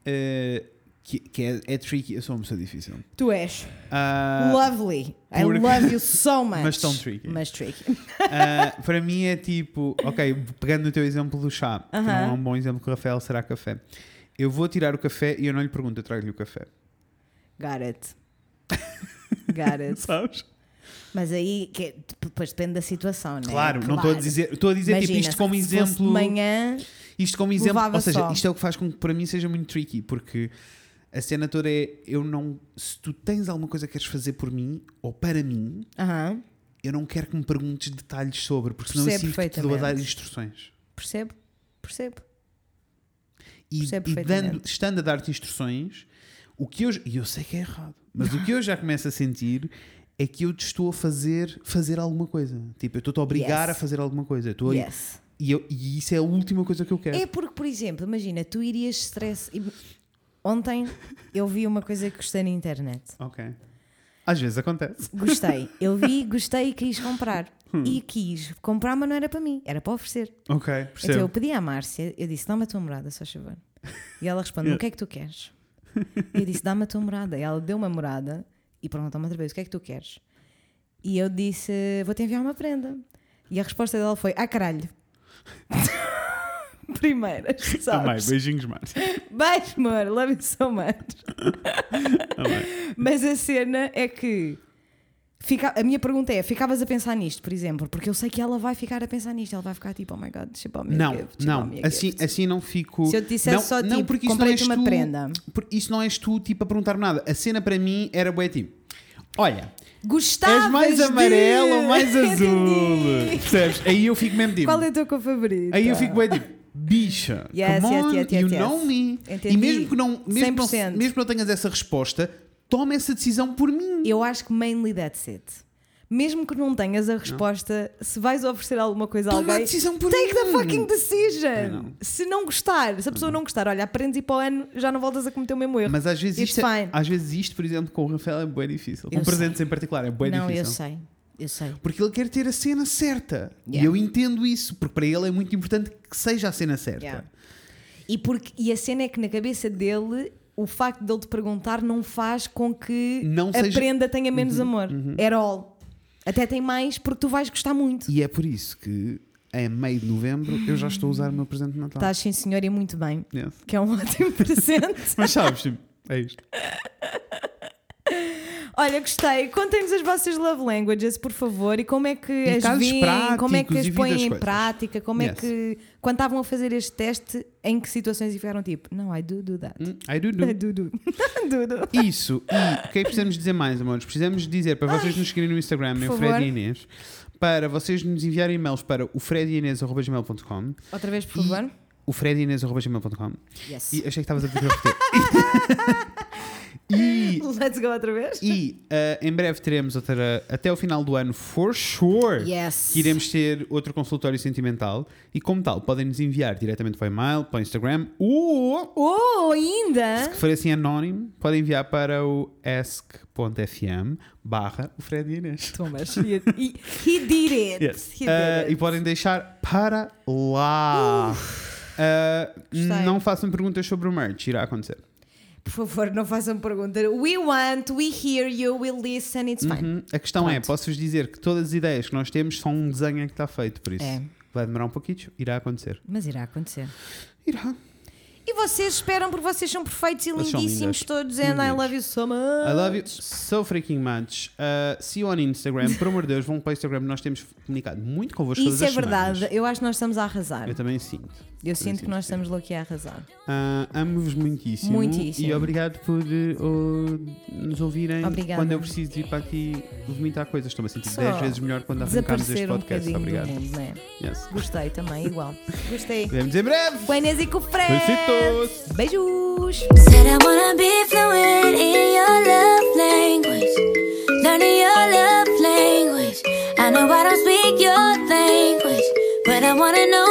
eh, que que é, é tricky. Eu sou uma pessoa difícil. Tu és Ah, lovely. I porque- love you so much. <laughs> Mas tão tricky. Mas tricky. ah, para mim é tipo, ok, pegando o teu exemplo do chá, que não é Aham. um bom exemplo que o Rafael será café. Eu vou tirar o café e eu não lhe pergunto, eu trago-lhe o café. Got it. Got <laughs> it. Sabes? Mas aí, que, é, depois depende da situação, né? Claro, não estou a dizer, estou a dizer Imagina, tipo, isto como se fosse de exemplo. manhã, Isto como exemplo, Levava ou seja, só. isto é o que faz com que para mim seja muito tricky, porque a cena toda é eu não, se tu tens alguma coisa que queres fazer por mim ou para mim, aham, eu não quero que me perguntes detalhes sobre, porque senão eu Percebo sinto que te dou a dar perfeitamente. instruções. percebo, percebo. E, Percebo e dando, perfeitamente. estando a dar-te instruções, o que eu, e eu sei que é errado, mas o que eu já começo a sentir é que eu te estou a fazer fazer alguma coisa. Tipo, eu estou-te a obrigar Yes. a fazer alguma coisa. Eu estou a- Yes. e, eu- e isso é a última coisa que eu quero. É porque, por exemplo, imagina, tu irias stress. Ontem eu vi uma coisa que gostei na internet. Ok. Às vezes acontece. Gostei. Eu vi, gostei e quis comprar. E quis comprar, mas não era para mim, era para oferecer. Ok, Então eu percebo. pedi à Márcia, eu disse, dá-me a tua morada, só favor. E ela responde, Yeah. o que é que tu queres? E eu disse, dá-me a tua morada. E ela deu uma morada e perguntou-me outra vez, o que é que tu queres? E eu disse, vou-te enviar uma prenda. E a resposta dela foi, ah caralho. <laughs> Primeiras, sabes? beijinhos, <laughs> Márcia. Beijo, amor, love you so much. Tá Mas a cena é que. Fica, a minha pergunta é: ficavas a pensar nisto, por exemplo? Porque eu sei que ela vai ficar a pensar nisto. Ela vai ficar tipo, oh my god, deixa para o meu Não, gift, deixa para o não, meu assim, gift." assim não fico. Se eu te dissesse não, só não, tipo, porque isso não és comprei-te tu, uma prenda. por- Isso não és tu, tipo, a perguntar-me nada. A cena para mim era bué tipo: olha, Gostavas és é mais de- amarelo ou <laughs> mais azul? Entendi. Percebes? Aí eu fico mesmo tipo: Qual é a tua cor favorita? aí eu fico bué tipo: bicha, Yes, come yes, on, yes, you yes, know yes. me. E Entendi. mesmo que não, mesmo, que não, 100%. mesmo que não tenhas essa resposta, toma essa decisão por mim. Eu acho que mainly that's it. Mesmo que não tenhas a resposta, se vais oferecer alguma coisa a Toma a alguém, decisão por take the mim. fucking decision. É, Hum. não. Se não gostar, se a pessoa não gostar, olha, aprendes e para o ano já não voltas a cometer o mesmo erro. Mas às vezes, It's isto, é- fine. às vezes isto, por exemplo, com o Rafael é bem difícil. Com Eu sei. presentes em particular é bem não, difícil. eu sei, eu sei. Porque ele quer ter a cena certa. E Yeah. eu entendo isso, porque para ele é muito importante que seja a cena certa. Yeah. E, porque, e a cena é que na cabeça dele o facto de ele te perguntar não faz com que Não a seja- Uhum, prenda tenha menos amor. Era all. Até tem mais porque tu vais gostar muito. E é por isso que em meio de novembro eu já estou a usar o meu presente de Natal. Estás sim senhor e muito bem. Yes. Que é um <laughs> ótimo presente. Mas sabes, tipo, é isto. Olha, gostei. Contem-nos as vossas love languages, por favor, e como é que as casos veem, como é que práticos as e põem vidas em coisas. prática, como é Yes. que quando estavam a fazer este teste, em que situações e ficaram tipo, não, I do do that. Hum, I do <laughs> do. I do do. do, do. Isso, e o que é que precisamos dizer mais, amores? Precisamos dizer para vocês nos seguirem no Instagram, por eu, favor. Fred e Inês, para vocês nos enviarem e-mails para o fredinês.gmail.com Outra vez, por E- favor. o fredinês.gmail.com Yes. <laughs> e achei que estavas a pedir para repetir. E Let's go outra vez. E eh, em breve teremos outra, até o final do ano, for sure, Yes. que iremos ter outro consultório sentimental. E como tal, podem nos enviar diretamente para o e-mail, para o Instagram, ou, Oh, se ainda! for assim anónimo, podem enviar para o ask.fm barra o Fred e a Inês. Thomas, he, he, he did it. Yes. He Eh, did e it. podem deixar para lá. Eh, Gostei. não façam perguntas sobre o merch, irá acontecer. Por favor, não façam pergunta. We want, we hear you, we listen, it's fine. Uhum. A questão é, Pronto. posso-vos dizer que todas as ideias que nós temos são um desenho é que está feito, por isso É. vai demorar um pouquinho, irá acontecer. Mas irá acontecer. Irá. E vocês esperam porque vocês são perfeitos e Vocês são lindíssimos lindas. todos. And I Lindos. love you so much. I love you so freaking much. Uh, see you on Instagram. Por amor de Deus, vão para o Instagram. Nós temos comunicado muito convosco todas Isso é as semanas. verdade. Eu acho que nós estamos a arrasar. Eu também sinto. Eu sinto sim, que nós sim. estamos aqui a arrasar. Ah, Amo-vos muitíssimo. Muitíssimo. E obrigado por eh, oh, nos ouvirem Obrigada. quando eu preciso vir para aqui vomitar coisas. Estou-me a sentir Só 10 vezes melhor quando arrancamos este Desaparecer um podcast. bocadinho do obrigado. mundo, né? Yes. <laughs> Gostei também, igual. Gostei. Vemos em breve. Buenas e com o Fred! Besitos. Beijos! Beijos! Said I wanna be fluent in your love language. Learning your love language. I know I don't speak your language, but I wanna know